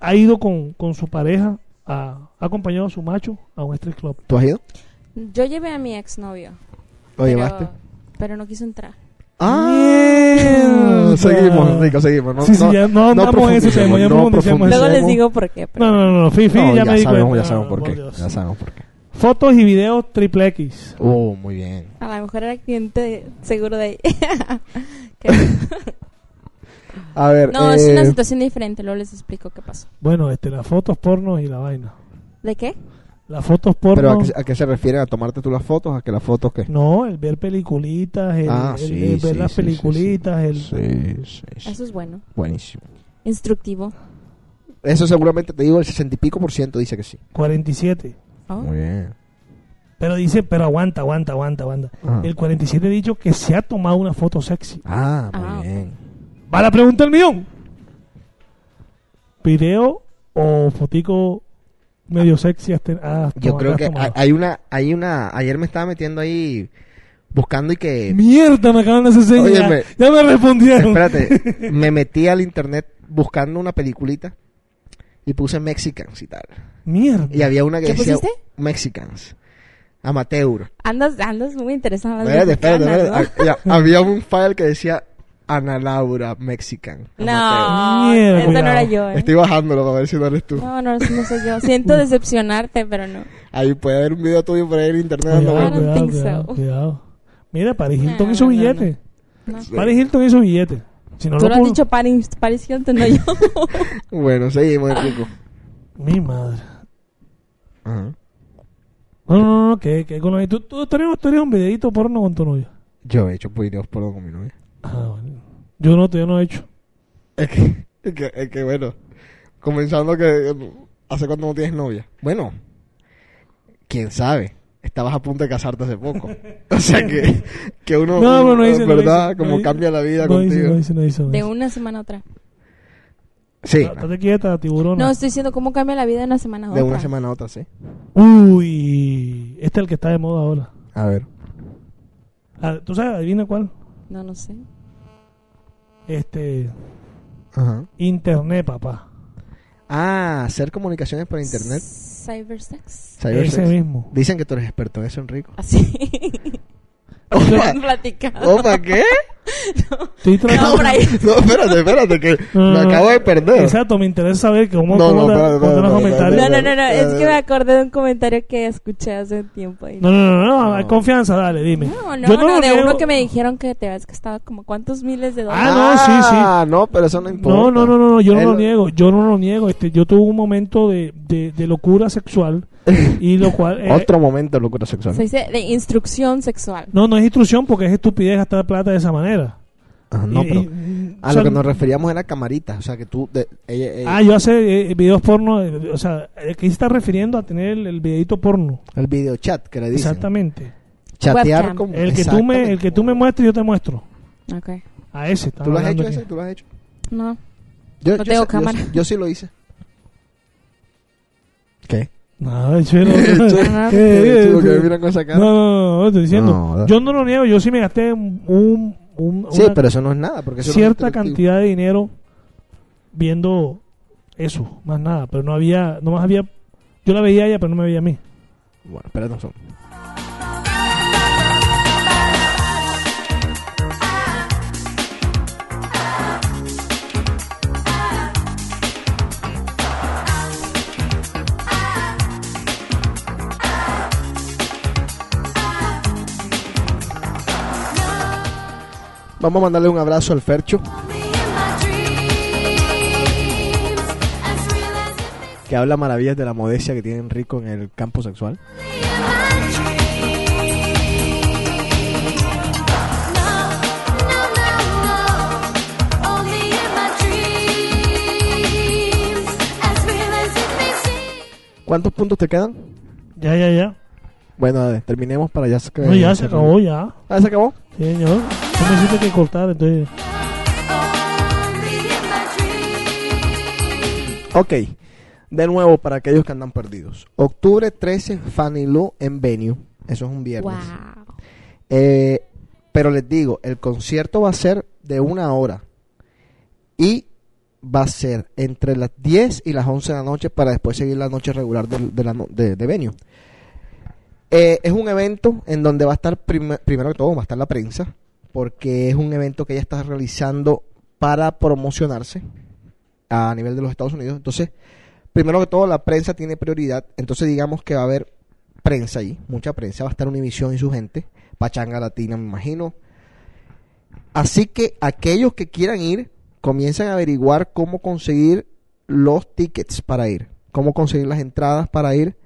ha ido con, con su pareja, a, ha acompañado a su macho a un strip club.
¿Tú has ido?
Yo llevé a mi exnovio.
¿Lo
pero-
llevaste?
Pero no quiso entrar.
Ah,
Mierda.
seguimos, Rico, seguimos. No,
Sí, sí, ya no andamos en ese
profundicemos,
tema, ya profundicemos. Pues
Luego les
profundicemos.
digo por qué. pero-
No, no, no, no, Fifi,
No,
ya, me di
sabemos,
cuenta.
ya sabemos por qué.
Dios.
Ya sabemos por qué.
Fotos y videos triple X.
Oh, muy bien.
A lo mejor era cliente de- seguro de ella. Que-
A ver,
no,
eh,
es una situación diferente. Luego les explico qué pasó.
Bueno, este, las fotos porno y la vaina.
¿De qué?
Las fotos
pero
porno.
a qué, a qué se refieren? ¿A tomarte tú las fotos? ¿A que las fotos qué?
No, el ver peliculitas, el,
Ah,
el-
sí,
el
sí,
ver las
sí, sí,
peliculitas, el...
Sí, sí, sí.
Eso es bueno.
Buenísimo.
Instructivo.
Eso seguramente te digo, el sesenta y pico por ciento dice que sí.
47.
Oh.
bien.
Pero dice, pero aguanta, aguanta, aguanta, aguanta.
Ajá.
El 47 ha dicho que se ha tomado una foto sexy.
Ah, muy
Ah,
bien.
Va la pregunta del millón. ¿Video o fotico medio sexy? has ten- has
Yo
tomado-
creo
has
que
tomado?
hay, hay una, hay una, ayer me estaba metiendo ahí buscando y que...
Mierda, me acaban de hacer señas.
Óyeme.
Ya, ya me respondieron.
Espérate, me metí al internet buscando una peliculita y puse Mexicans y tal.
Mierda.
Y había una que
¿Qué
decía
pusiste?
Mexicans. Amateur.
Andas, andas muy interesada. en las
Espérate, espérate,
mexicanas,
espérate. Ha- ya, Había un file que decía Ana Laura Mexican. amateur.
No,
Mierda,
esta no era
cuidado.
yo. ¿eh?
Estoy bajándolo para ver si no eres tú.
No, no, no soy yo.
Mm.
Siento decepcionarte, pero no.
Ahí puede haber un video tuyo por ahí en internet.
Cuidado,
dando
I don't
vueltas.
cuidado,
think
cuidado,
so.
cuidado. Mira, Paris Hilton
No,
hizo
no, no,
billete.
no.
Sí.
Paris Hilton hizo billete. Si no
Tú lo has
pudo-
dicho Paris, Paris Hilton, no yo.
Bueno, seguimos, Enrico.
Mi madre.
Ajá.
No, no, no, no, que, que con la... ¿Tú, tú, tenés, tú eres un videito porno con tu novia.
Yo he hecho videos porno con mi novia.
Ah, bueno. Yo no, yo no he hecho.
Es que, es que, es que, bueno, comenzando que hace cuánto no tienes novia. Bueno, quién sabe. Estabas a punto de casarte hace poco. O sea que, que uno,
No, no, no
uno,
hice, no
verdad,
hice, no
como
hice.
cambia la vida
No
contigo.
hice, no hice, no hice, no
De
hice.
una semana a otra.
Sí,
Ah, Estate quieta, tiburón.
No, estoy diciendo cómo cambia la vida de una semana a otra.
de una semana a otra, sí.
Uy, este es el que está de moda ahora.
A ver.
Ah, ¿Tú sabes? Adivina cuál.
No, no sé.
Este,
Ajá.
internet, papá.
Ah, hacer comunicaciones por internet.
Cybersex.
Cybersex.
Ese mismo.
Dicen que tú eres experto en eso, Enrico.
Así.
Opa,
Han platicado.
opa, ¿Oh, ¿qué?
Estoy tratando-
No, por ahí.
No, espérate, espérate, que me
No, no, no.
acabo de perder.
Exacto, me interesa saber cómo,
No,
cómo
no,
la-
espérate,
contar los
espérate,
comentarios.
No, no, no, no. Es que me acordé de un comentario que escuché hace tiempo. ahí.
No, no, no, no, hay confianza, dale, dime.
No, no,
Yo
no,
lo
de
niego.
uno que me dijeron que te habías gastado como cuántos miles de dólares.
Ah, no, sí, sí.
Ah, no, pero eso no importa.
No, no, no, no, no, yo no
Él-
lo niego, yo no lo niego. Este, yo tuve un momento de, de, de locura sexual y lo cual... eh,
Otro momento de locura sexual.
Se dice de instrucción sexual.
No, no es instrucción porque es estupidez gastar plata de esa manera.
Ajá, Ah, no,
Y-
pero a
y- son-
Ah, lo que nos referíamos era camaritas. O sea, que tú. de- ella- ella-
Ah, yo hace eh, videos porno, eh, o sea, eh, que se está refiriendo a tener el, el videito porno.
el video chat que le dicen.
Exactamente.
Chatear
Webcam.
con.
El que tú me el que tú me muestres yo te muestro.
Ok.
A ese estaba
¿Tú lo has
hablando
hecho
aquí.
ese? ¿Tú lo has hecho?
No.
Yo,
No tengo
yo sé- yo
cámara.
sí- Yo, sí lo hice. ¿Qué?
No, chulo.
no.
Eh, eh,
Tú que me miran con esa
No,
cara.
no, no, no, estoy diciendo.
No, no.
yo no lo niego, yo sí me gasté un, un-
sí,
una
pero eso no es nada. Porque eso no es
cierta
interactivo.
cantidad de dinero viendo eso, más nada, pero no había, no más había, yo la veía a ella, pero no me veía a mí.
Bueno, espérate un segundo. Vamos a mandarle un abrazo al Fercho, que habla maravillas de la modestia que tiene Enrico en el campo sexual. ¿Cuántos puntos te quedan?
Ya, ya, ya.
Bueno, dale, terminemos para Eh, ya que-
No, ya se acabó, ya.
Ah, se acabó.
Sí, señor. Tú me hiciste que cortar, entonces.
Ok. De nuevo, para aquellos que andan perdidos. Octubre 13, Fanny Lou en Venue. Eso es un viernes.
Wow.
Eh, pero les digo, el concierto va a ser de una hora. Y va a ser entre las 10 y las 11 de la noche para después seguir la noche regular del- de, la no- de, de venue. Eh, es un evento en donde va a estar, prim- primero que todo, va a estar la prensa, porque es un evento que ella está realizando para promocionarse a nivel de los Estados Unidos. Entonces, primero que todo, la prensa tiene prioridad. Entonces, digamos que va a haber prensa ahí, mucha prensa, va a estar Univisión y su gente, Pachanga Latina, me imagino. Así que aquellos que quieran ir, comiencen a averiguar cómo conseguir los tickets para ir, cómo conseguir las entradas para ir.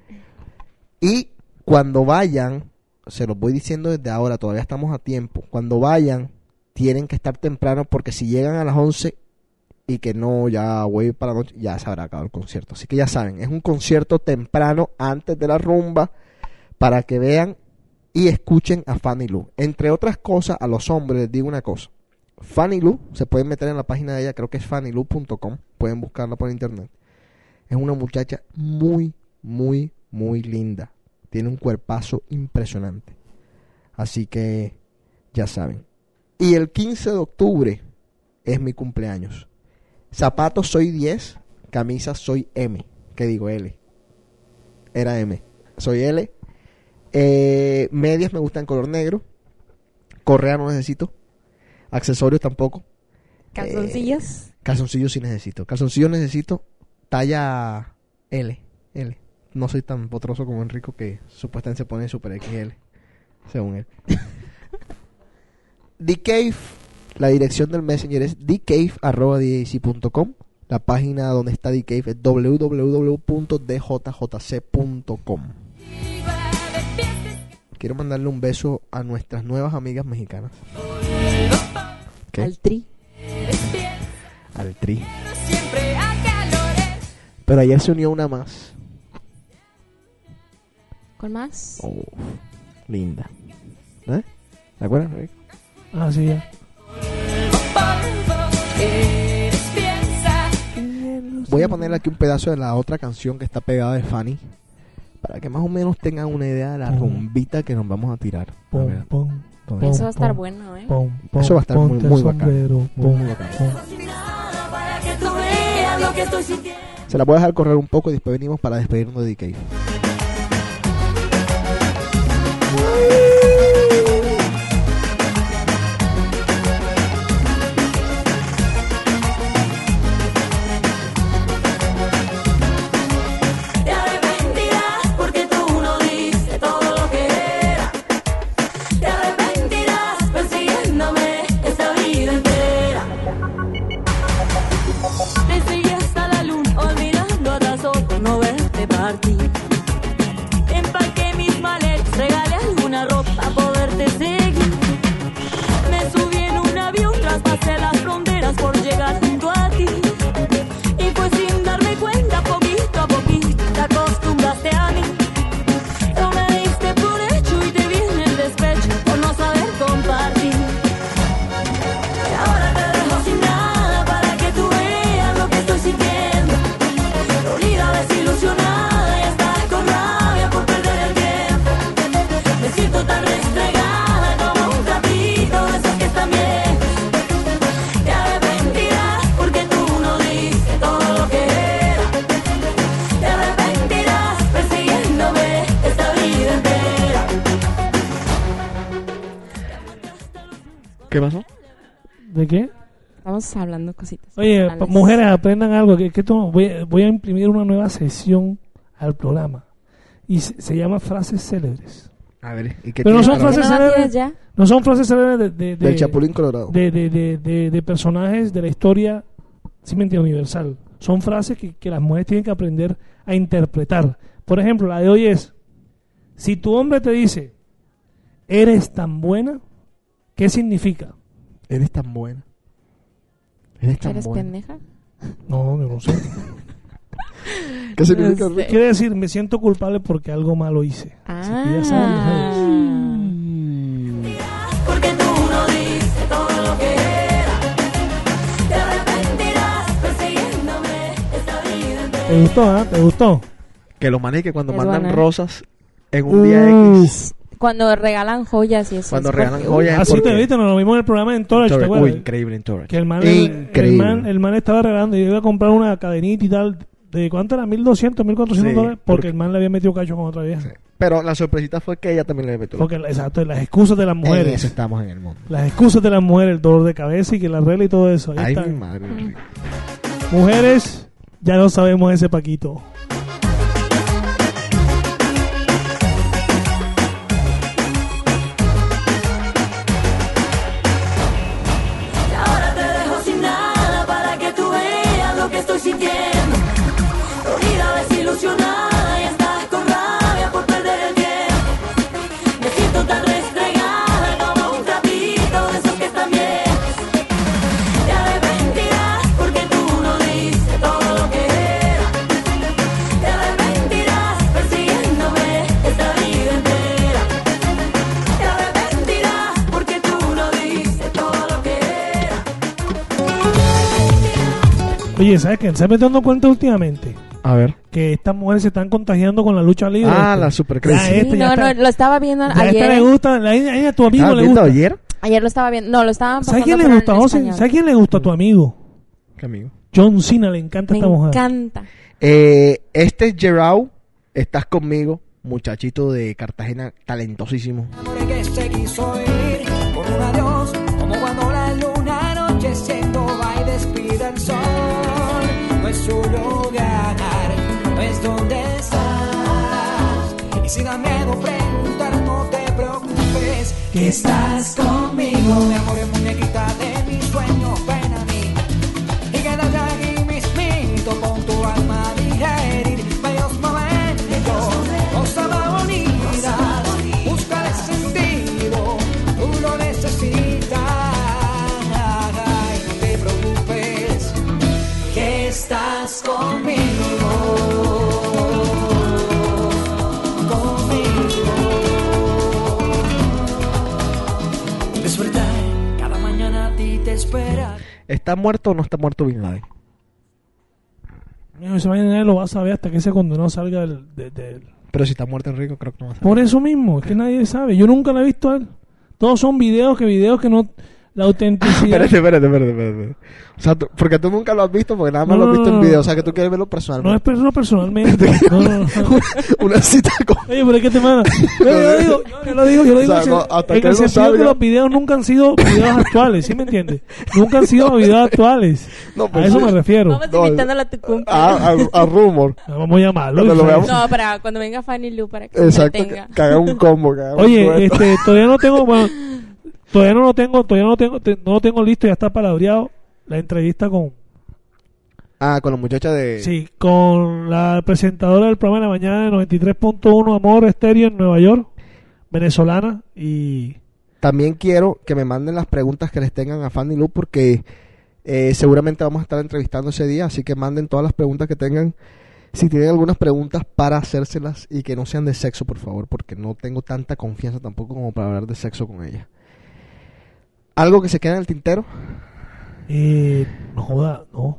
Y cuando vayan, se los voy diciendo desde ahora, todavía estamos a tiempo, cuando vayan, tienen que estar temprano porque si llegan a las 11 y que no, ya voy para la noche, ya se habrá acabado el concierto. Así que ya saben, es un concierto temprano antes de la rumba para que vean y escuchen a Fanny Lu. Entre otras cosas, a los hombres les digo una cosa. Fanny Lu, se pueden meter en la página de ella, creo que es fannylu.com, pueden buscarla por internet. Es una muchacha muy, muy, muy linda. Tiene un cuerpazo impresionante. Así que ya saben. Y el 15 de octubre es mi cumpleaños. Zapatos soy 10, camisas soy M. Que digo L. Era M. Soy L. Eh, medias me gustan color negro. Correa no necesito. Accesorios tampoco.
Calzoncillos.
Calzoncillos sí necesito. Calzoncillos necesito talla L. L. No soy tan potroso como Enrico que supuestamente se pone super XL. Según él. The Cave. La dirección del messenger es thecave.com. La página donde está The Cave es www.djjc.com. Quiero mandarle un beso a nuestras nuevas amigas mexicanas. ¿Qué?
Al tri.
al tri. Pero ayer se unió una más.
¿Con más?
Oh, linda. ¿Eh? ¿Te acuerdas? Rick?
Ah, sí, ya.
Voy a ponerle aquí un pedazo de la otra canción que está pegada de Fanny. Para que más o menos tengan una idea de la
Pum.
rumbita que nos vamos a tirar. A
Pum,
ver,
pum,
¿dónde?
pum,
Eso va a estar
pum,
bueno, ¿eh?
pum, pum,
Eso va a estar muy-
ponte el
muy bacán.
sombrero,
Muy,
pum,
muy bacán.
pum.
Se la voy a dejar correr un poco y después venimos para despedirnos de DK.
Te arrepentirás porque tú no diste todo lo que era. Te arrepentirás persiguiéndome esta vida entera. Te seguí hasta la luna, olvidando atraso por no verte partir. Empaqué mis maletas, regalé alguna ropa a poderte seguir. Me subí en un avión, traspasé
llegar junto a ti. Y pues sin darme cuenta, poquito a poquito, te acostumbraste a mí. Lo me diste por hecho y te vi en el despecho por no saber compartir. Y ahora te dejo sin nada para que tú veas lo que estoy sintiendo. Dolida, desilusionada y hasta con rabia por perder el tiempo. Me siento tan restregada como un cabrito de esos que están bien. Te arrepentirás porque tú no diste todo lo que era. Te arrepentirás persiguiéndome esta vida entera.
¿Qué pasó?
¿De qué?
Estamos hablando cositas.
Oye,
personales.
pa- mujeres, aprendan algo. Que, que esto- voy, a- voy a imprimir una nueva sección al programa. Y se, se llama frases célebres.
A ver, ¿y qué
Pero no
tiene
son
para-
¿Que no
frases
la tienes
célebres.
ya?
No son frases célebres de, de- de-
Del Chapulín Colorado.
de, de- de- de- de personajes de la historia simplemente universal. Son frases que, que las mujeres tienen que aprender a interpretar. Por ejemplo, la de hoy es, si tu hombre te dice, eres tan buena, ¿qué significa?
Eres tan buena. Eres tan
¿Eres
buena.
pendeja?
No, yo no sé.
¿Qué significa?
No sé.
Quiere decir, me siento culpable porque algo malo hice. Así que ya saben, mujeres.
Ah.
Ah. Porque tú no diste todo lo que era. Te arrepentirás persiguiéndome esta vida entera.
¿Te gustó, ah? ¿Te gustó?
Que los manes que cuando
Es
mandan
buena.
rosas en un día
Uh.
X,
Cuando regalan joyas y eso.
Cuando
es
regalan
porque-
joyas.
Así
¿por
te
qué?
viste, nos lo vimos en el programa en Torres, ¿te
Torre-
acuerdas?
Uy, increíble en Torre.
Que el man,
Increíble.
El, man, el man estaba regalando y yo iba a comprar una cadenita y tal. ¿De cuánto era? ¿1200, 1400
Sí,
dólares?
porque-
Porque, el man le había metido cacho con otra vieja.
Pero la sorpresita fue que ella también le metió.
Porque, exacto, las excusas de las
en
mujeres.
eso estamos en el mundo.
Las excusas de las mujeres, el dolor de cabeza y que la regla y todo eso. Ahí
Ay,
está.
mi madre.
Mujeres, ya no sabemos ese Paquito.
Y ahora te dejo sin nada para que tú veas lo que estoy sintiendo. Dolida, desilusionada y estás con rabia por perder el tiempo. Me siento tan restregada como un trapito de esos que están bien. Te arrepentirás porque tú no diste todo lo que era. Te arrepentirás persiguiéndome esta vida entera. Te arrepentirás porque tú no diste todo lo que era.
Oye, ¿sabes qué? ¿Sabes me estoy dando cuenta últimamente?
A ver.
Que estas mujeres se están contagiando con la lucha libre.
Ah, la
Ya,
supercrazy.
eh.
Sí,
Este ya
no,
está-
no, lo estaba viendo
Ya a esta le
ayer.
gusta, la- a, a tu amigo
¿Estabas
le
viendo
gusta.
ayer?
Ayer lo estaba viendo. No, lo estaban pasando.
¿Sabes quién le
pero en
gusta, José?
español.
¿Sabes quién le gusta a tu amigo?
¿Qué amigo?
John Cena le encanta
Me
esta mujer.
encanta.
Eh, este es Gerard, estás conmigo, muchachito de Cartagena, talentosísimo.
amor que se quiso ir por un adiós, como cuando la luna anocheciendo va y despide el sol. No es su lugar, no es donde estás. Y si da miedo preguntar, no te preocupes, que estás conmigo. Mi amor es muñequita de mis sueños, ven a mí. Y quédate aquí mismito con tu alma a digerir bellos momentos, cosa bonita, busca el sentido, tú lo necesitas, Ay, no te preocupes, que estás conmigo, conmigo. Despertar, cada mañana a ti te espera.
¿Está muerto o no está muerto Bin Laden?
Mijo, esa vaina nadie lo va a saber hasta que ese condenado salga del... de- del-
Pero si está muerto Enrico, creo que no va a ser.
Por eso mismo, es que nadie sabe. Yo nunca la he visto a él. Todos son videos que videos que no... La autenticidad...
Espérate, espérate, espérate, espérate. espérate. O sea, tú- porque tú nunca lo has visto, porque nada más
No,
lo has visto
no,
en
no.
video. O sea, que tú quieres verlo
no es
personalmente.
persona personalmente. No, no, no.
Una cita con...
Oye, pero es que te manda. Yo, yo digo, yo, yo lo digo, yo lo digo.
O sea,
en
no,
sen-
hasta
en
que
el
él no
sentido
salga.
que los videos nunca han sido videos actuales, ¿sí me entiendes? Nunca han sido videos actuales.
No,
A
pues
eso
sí.
me refiero.
Vamos
No, ah,
invitándolo a tu cumple.
A, a- a rumor.
Vamos a llamarlo.
Cuando lo
y-
veamos.
No, para cuando venga Fanny Lu para que
Exacto.
me tenga.
Que haga un combo. que haga un
Oye,
dueto.
este, todavía no tengo, bueno, todavía no lo tengo, todavía no lo tengo, te- no lo tengo listo, ya está palabreado la entrevista con,
Ah, con la muchacha de...
sí, con la presentadora del programa de la mañana de 93.1 Amor Estéreo en Nueva York, venezolana y
También quiero que me manden las preguntas que les tengan a Fanny Lu porque Eh, seguramente vamos a estar entrevistando ese día, así que manden todas las preguntas que tengan. Si tienen algunas preguntas para hacérselas y que no sean de sexo, por favor, porque no tengo tanta confianza tampoco como para hablar de sexo con ella. ¿Algo que se queda en el tintero?
Eh, no joda, no.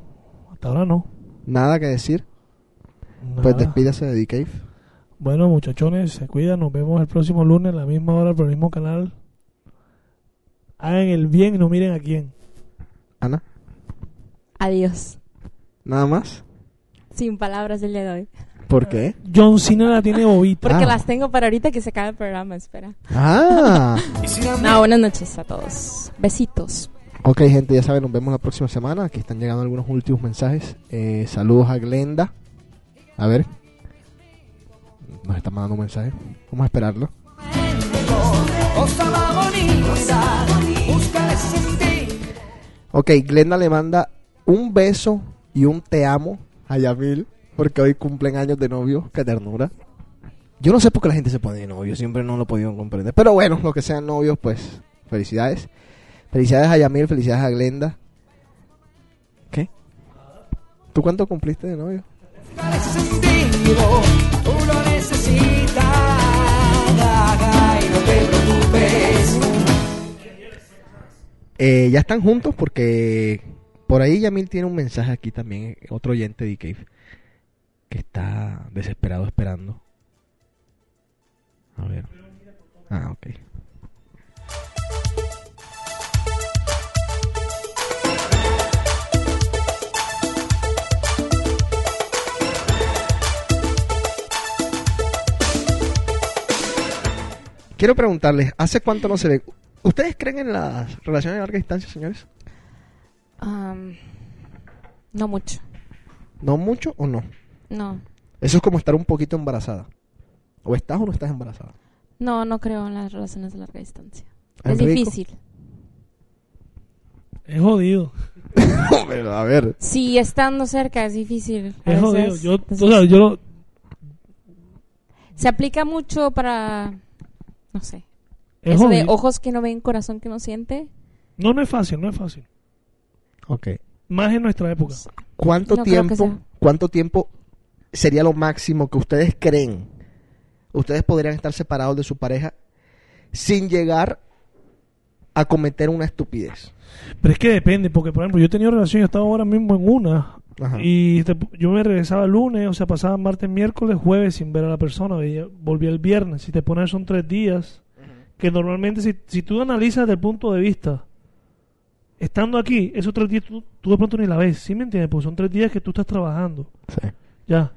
Hasta ahora no.
Nada que decir. Pues
Nada.
despídase de D-Cave.
Bueno, muchachones, se cuidan. Nos vemos el próximo lunes, a la misma hora, por el mismo canal. Hagan el bien y no miren a quién.
Ana,
Adiós.
nada más.
Sin palabras el día de hoy.
¿Por qué?
John Cena la tiene bobita.
Porque
Ah.
las tengo para ahorita que se acabe el programa, espera.
Ah,
No, buenas noches a todos. Besitos.
ok, gente, ya saben, nos vemos la próxima semana. Aquí están llegando algunos últimos mensajes. Eh, saludos a Glenda. A ver, nos está mandando un mensaje. Vamos a esperarlo.
Cosa bonita, búscale sentir.
Ok, Glenda le manda un beso y un te amo a Yamil, porque hoy cumplen años de novio. Qué ternura. Yo no sé por qué la gente se pone de novio, siempre no lo he podido comprender. Pero bueno, los que sean novios, pues felicidades. Felicidades a Yamil, felicidades a Glenda. ¿Qué? ¿Tú cuánto cumpliste de novio?
Búscale sentido, tú lo necesitas. Haga y no te preocupes.
Eh, ya están juntos porque por ahí Yamil tiene un mensaje aquí también, eh, otro oyente de Cave, que está desesperado esperando. A ver. Ah, ok. Quiero preguntarles, ¿hace cuánto no se ve? ¿Ustedes creen en las relaciones de larga distancia, señores?
Am, no mucho.
¿No mucho o no?
No.
Eso es como estar un poquito embarazada. O estás o no estás embarazada.
No, no creo en las relaciones de larga distancia. Es
Enrico.
difícil.
Es jodido.
Pero, a ver.
Sí, estando cerca es difícil. A
Es jodido.
veces
Yo,
es
o sea, yo lo-
Se aplica mucho para, no sé,
es
eso de
jodido.
ojos que no ven, corazón que no siente.
No, no es fácil, no es fácil.
Ok.
Más en nuestra época.
¿Cuánto
No creo que
tiempo?
sea.
¿Cuánto tiempo sería lo máximo que ustedes creen? Ustedes podrían estar separados de su pareja sin llegar a cometer una estupidez.
Pero es que depende, porque por ejemplo, yo he tenido relación, yo estaba ahora mismo en una.
Ajá.
Y te- yo me regresaba el lunes, o sea, pasaba martes, miércoles, jueves sin ver a la persona. veía- Volvía el viernes. Si te pones, son tres días. Que normalmente, si, si tú analizas desde el punto de vista, estando aquí, esos tres días tú, tú de pronto ni la ves. ¿Sí me entiendes? Porque son tres días que tú estás trabajando. Ya.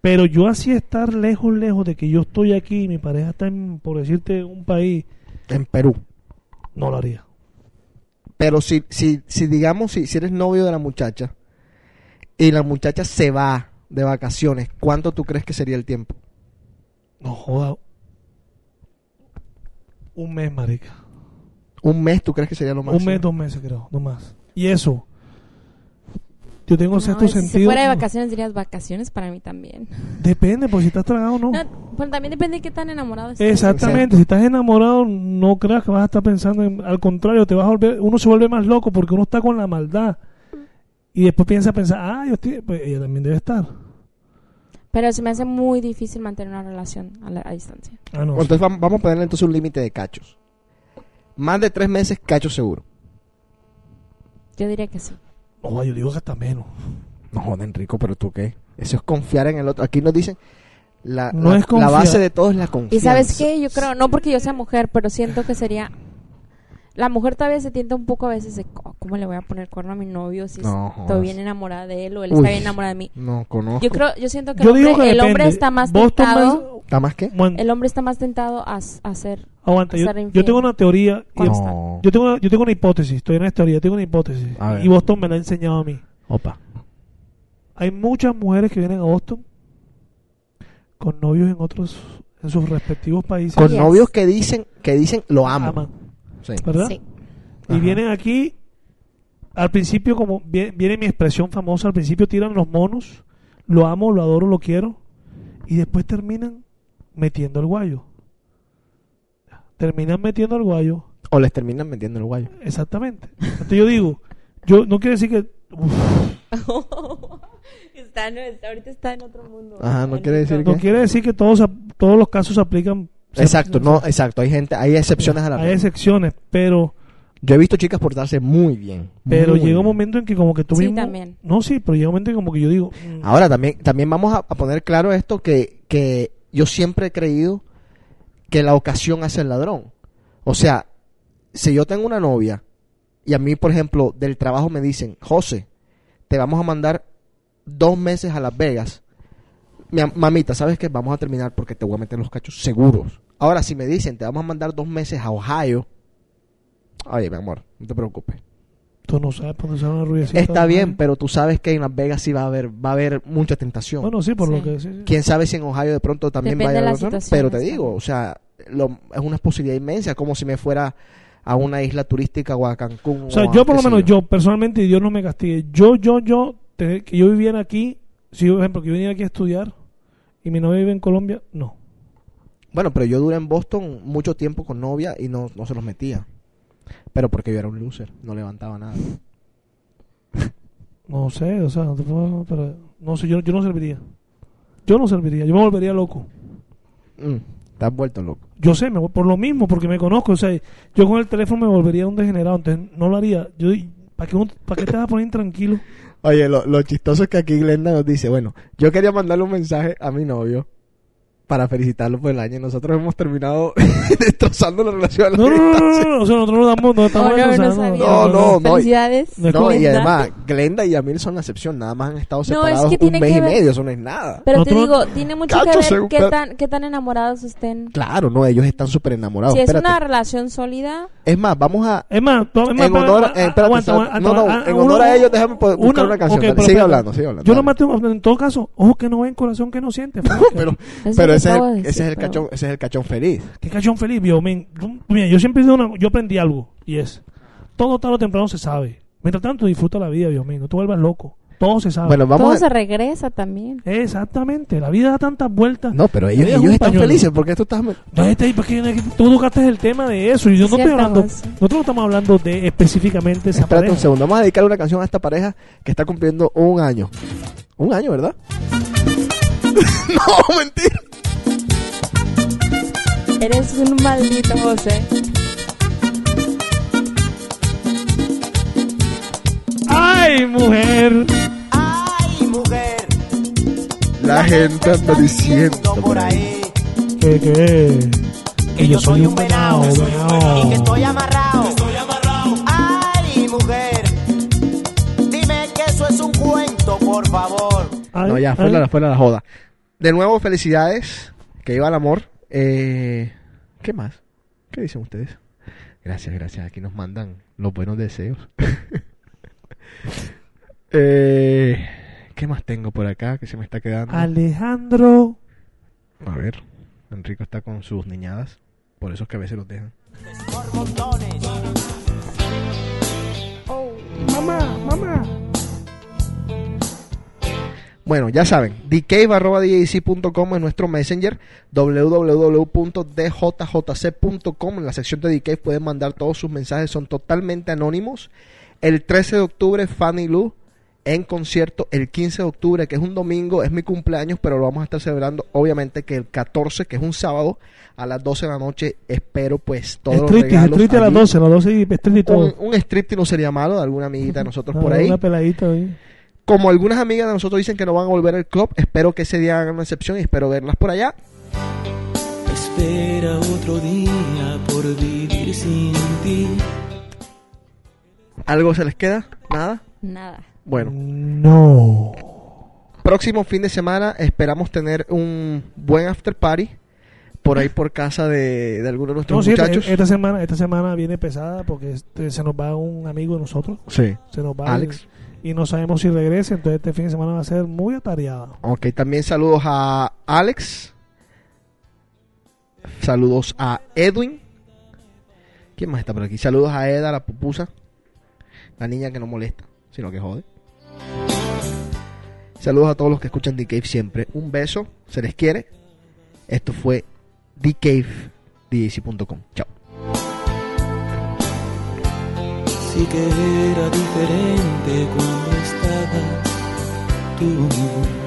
Pero yo así estar lejos, lejos de que yo estoy aquí y mi pareja está en, por decirte, un país,
En Perú.
no lo haría.
Pero si, si, si digamos, si, si eres novio de la muchacha y la muchacha se va de vacaciones, ¿cuánto tú crees que sería el tiempo?
No joda. Un mes, marica.
¿Un mes tú crees que sería lo máximo?
Un mes, dos meses, creo, no más. Y eso. Yo tengo
No,
sexto
si
sentido.
se fuera de
no.
vacaciones dirías vacaciones para mí también.
Depende, pues si estás tragado o no.
No, bueno, también depende de qué tan enamorado estés.
Exactamente, si estás enamorado, no creas que vas a estar pensando en. Al contrario, te vas a volver. Uno se vuelve más loco porque uno está con la maldad. Y después piensa, pensar, ah, yo estoy. Pues ella también debe estar.
Pero se me hace muy difícil mantener una relación a, la, a distancia.
Ah, no.
Entonces vam- vamos a ponerle entonces un límite de cachos. Más de tres meses, cacho seguro.
Yo diría que sí.
No, yo digo que hasta menos.
No joden, Rico, pero tú qué. Eso es confiar en el otro. Aquí nos dicen, la,
No
la-
es
la
confiar.
base de todo es la confianza.
¿Y sabes qué? Yo creo, no porque yo sea mujer, pero siento que sería... La mujer todavía se tienta un poco a veces de "Oh, cómo le voy a poner cuerno a mi novio si
No,
estoy
jodas.
bien enamorada de él o él
Uy.
está bien enamorado de mí.
No, conozco.
Yo creo, yo siento que,
Yo
el, hombre,
digo que
el
depende.
hombre está más
Boston
tentado,
¿Está más qué?
Mans- Bueno,
el hombre está más tentado a, s- a ser
aguanta, yo,
estar infiel.
yo tengo una teoría. y-
Cuando
No.
Yo tengo, yo tengo una hipótesis, estoy en esta teoría, tengo una hipótesis.
A ver.
Y Boston me la ha enseñado a mí.
Opa.
Hay muchas mujeres que vienen a Boston con novios en otros, en sus respectivos países.
Con
Yes.
novios que dicen, que dicen, lo amo.
Aman,
Sí.
¿verdad?
Sí.
Y
Ajá.
vienen aquí, al principio, como vie- viene mi expresión famosa, al principio tiran los monos, lo amo, lo adoro, lo quiero, y después terminan metiendo el guayo. Terminan metiendo el guayo.
O les terminan metiendo el guayo.
Exactamente. Entonces yo digo, Yo no quiere decir que. uf,
está, no, está- ahorita está en otro mundo.
Ajá, no
En
quiere
otro-
decir
no
que.
quiere decir que todos, se- todos los casos se aplican. se-
Exacto, no, exacto. Hay gente, hay excepciones a la
Hay
regla.
excepciones, pero. Yo
Yo he visto chicas portarse muy bien.
Pero
muy
llega
bien.
un momento en que como que tú
Sí,
mismo...
también.
No, sí, pero llega un momento en que como que yo digo... mm,
Ahora también, también vamos a, a poner claro esto que, que yo siempre he creído que la ocasión hace el ladrón. O sea, si yo tengo una novia y a mí, por ejemplo, del trabajo me dicen, José, te vamos a mandar dos meses a Las Vegas. Mi am- mamita, ¿sabes qué? Vamos a terminar porque te voy a meter los cachos seguros. Ahora, si me dicen, te vamos a mandar dos meses a Ohio. Oye, mi amor, no te preocupes.
Tú no sabes por dónde sale una rubiecita.
Está
¿no?
bien, pero tú sabes que en Las Vegas sí va a haber, va a haber mucha tentación.
Bueno, sí, por lo
Sí.
que... sí, sí.
Quién sabe si en Ohio de pronto también
Depende
vaya
de
a
las
haber otro, Pero
situaciones
te digo,
también.
o sea, lo- es una posibilidad inmensa, como si me fuera a una isla turística o a Cancún.
O sea,
a
yo por
qué
lo
sé
menos, yo personalmente, y Dios no me castigue, yo, yo, yo, tener- que yo viviera aquí, si yo, por ejemplo, que yo viniera aquí a estudiar y mi novia vive en Colombia, no.
Bueno, pero yo duré en Boston mucho tiempo con novia y no, no se los metía. Pero porque yo era un loser, no levantaba nada.
No sé, o sea, no te puedo- pero, no sé, yo, yo no serviría. Yo no serviría, yo me volvería loco.
Mm, estás vuelto loco.
Yo sé, me voy- por lo mismo, porque me conozco. O sea, yo con el teléfono me volvería un degenerado, entonces no lo haría. Yo, ¿para qué, un- ¿Para qué te vas a poner tranquilo?
Oye, lo, lo chistoso es que aquí Glenda nos dice, bueno, yo quería mandarle un mensaje a mi novio para felicitarlo por el año. Nosotros hemos terminado destrozando la relación a la
No, no, no,
distancia.
no, no, o sea, nosotros no damos, no estamos
Oh, no,
o sea,
no sabía.
No, no, no.
Felicidades.
No es
No,
como-
y
Glenda.
además, Glenda y Yamil son la excepción. Nada más han estado
es que
separados un
tiene
mes
que
y
ver-
medio. Eso no es nada.
Pero
Nosotros-
te digo, tiene mucho
Cacho,
que ver
según
qué
Car-
tan, qué tan enamorados estén.
Claro, no, ellos están súper enamorados.
si es
espérate.
una relación sólida,
Es más, vamos a.
Es más, to- es más,
En
espera,
honor, a-
aguanta,
eh, espérate,
aguanta,
¿sabes?
aguanta,
no, no,
aguanta,
en
una-
honor a ellos, déjame po- buscar
una-
una canción.
ok,
dale. sigue
pero espérate.
hablando, sigue hablando.
Yo
dale.
nomás tengo, en todo caso, ojos que no ven, corazón que no siente.
pero,
Eso
pero
que
ese, es
acabo
el,
de
ese es
decir,
el
pero-
cachón, ese es el cachón feliz.
Qué cachón feliz, yo, men. Yo- mira, yo siempre digo una- yo aprendí algo, y es, todo tarde o temprano se sabe. Mientras tanto, disfruta la vida, Dios mío, no te vuelvas loco. Todo se sabe.
Bueno,
todo
vamos
se
a.
regresa también.
Exactamente, la vida da tantas vueltas.
No, pero ellos,
La vida es
ellos
un
están
pañuelo.
felices porque tú estás.
No, este, ¿por qué? tú tocaste el tema de eso, y yo no
Sí,
estoy hablando,
estamos.
nosotros no estamos hablando de específicamente esa
Espérate un
pareja.
segundo. Vamos a dedicar una canción a esta pareja que está cumpliendo un año. Un año, ¿verdad? no, mentira.
Eres un maldito José.
¡Ay, mujer!
Ay, mujer,
La gente anda diciendo
no por ahí.
Que, que,
Que yo soy un venado
venado.
y que estoy amarrado. Ay, mujer, dime que eso es un cuento, por favor.
Ay,
no, ya,
ay.
fuera, fuera la joda. De nuevo, felicidades. Que iba el amor. Eh, ¿Qué más? ¿Qué dicen ustedes? Gracias, gracias. Aquí nos mandan los buenos deseos. Eh, ¿Qué más tengo por acá que se me está quedando?
Alejandro.
A ver, Enrico está con sus niñadas. Por eso es que a veces los dejan.
Por montones.
Bueno, ya saben, dcave.com es nuestro messenger, www.djjc.com. En la sección de dcave pueden mandar todos sus mensajes, son totalmente anónimos. El 13 de octubre, Fanny Lu en concierto. El 15 de octubre, que es un domingo, es mi cumpleaños, pero lo vamos a estar celebrando, obviamente, que el 14, que es un sábado, a las 12 de la noche. Espero, pues, todos los
Street,
regalos
street a las
allí.
12, a las 12 y street y todo.
Un, un striptease no sería malo de alguna amiguita de nosotros por
Ah,
ahí.
Una peladita ahí.
Como algunas amigas de nosotros dicen que no van a volver al club, espero que ese día hagan una excepción y espero verlas por allá.
Espera otro día por vivir sin ti.
¿Algo se les queda? ¿Nada?
Nada.
Bueno,
No.
próximo fin de semana esperamos tener un buen after party por ahí por casa de, de alguno de
No, eh,
nuestros
sí, esta,
muchachos.
esta semana, esta semana viene pesada porque este, se nos va un amigo de nosotros.
Sí.
Se nos va.
Alex.
Y, y no sabemos si regresa, entonces este fin de semana va a ser muy atareado.
Ok, también saludos a Alex. Saludos a Edwin. ¿Quién más está por aquí? Saludos a Eda, la pupusa. La niña que no molesta, sino que jode. Saludos a todos los que escuchan The Cave siempre. Un beso, se les quiere. Esto fue The Cave, Chao.
sí que era diferente cuando estabas tú.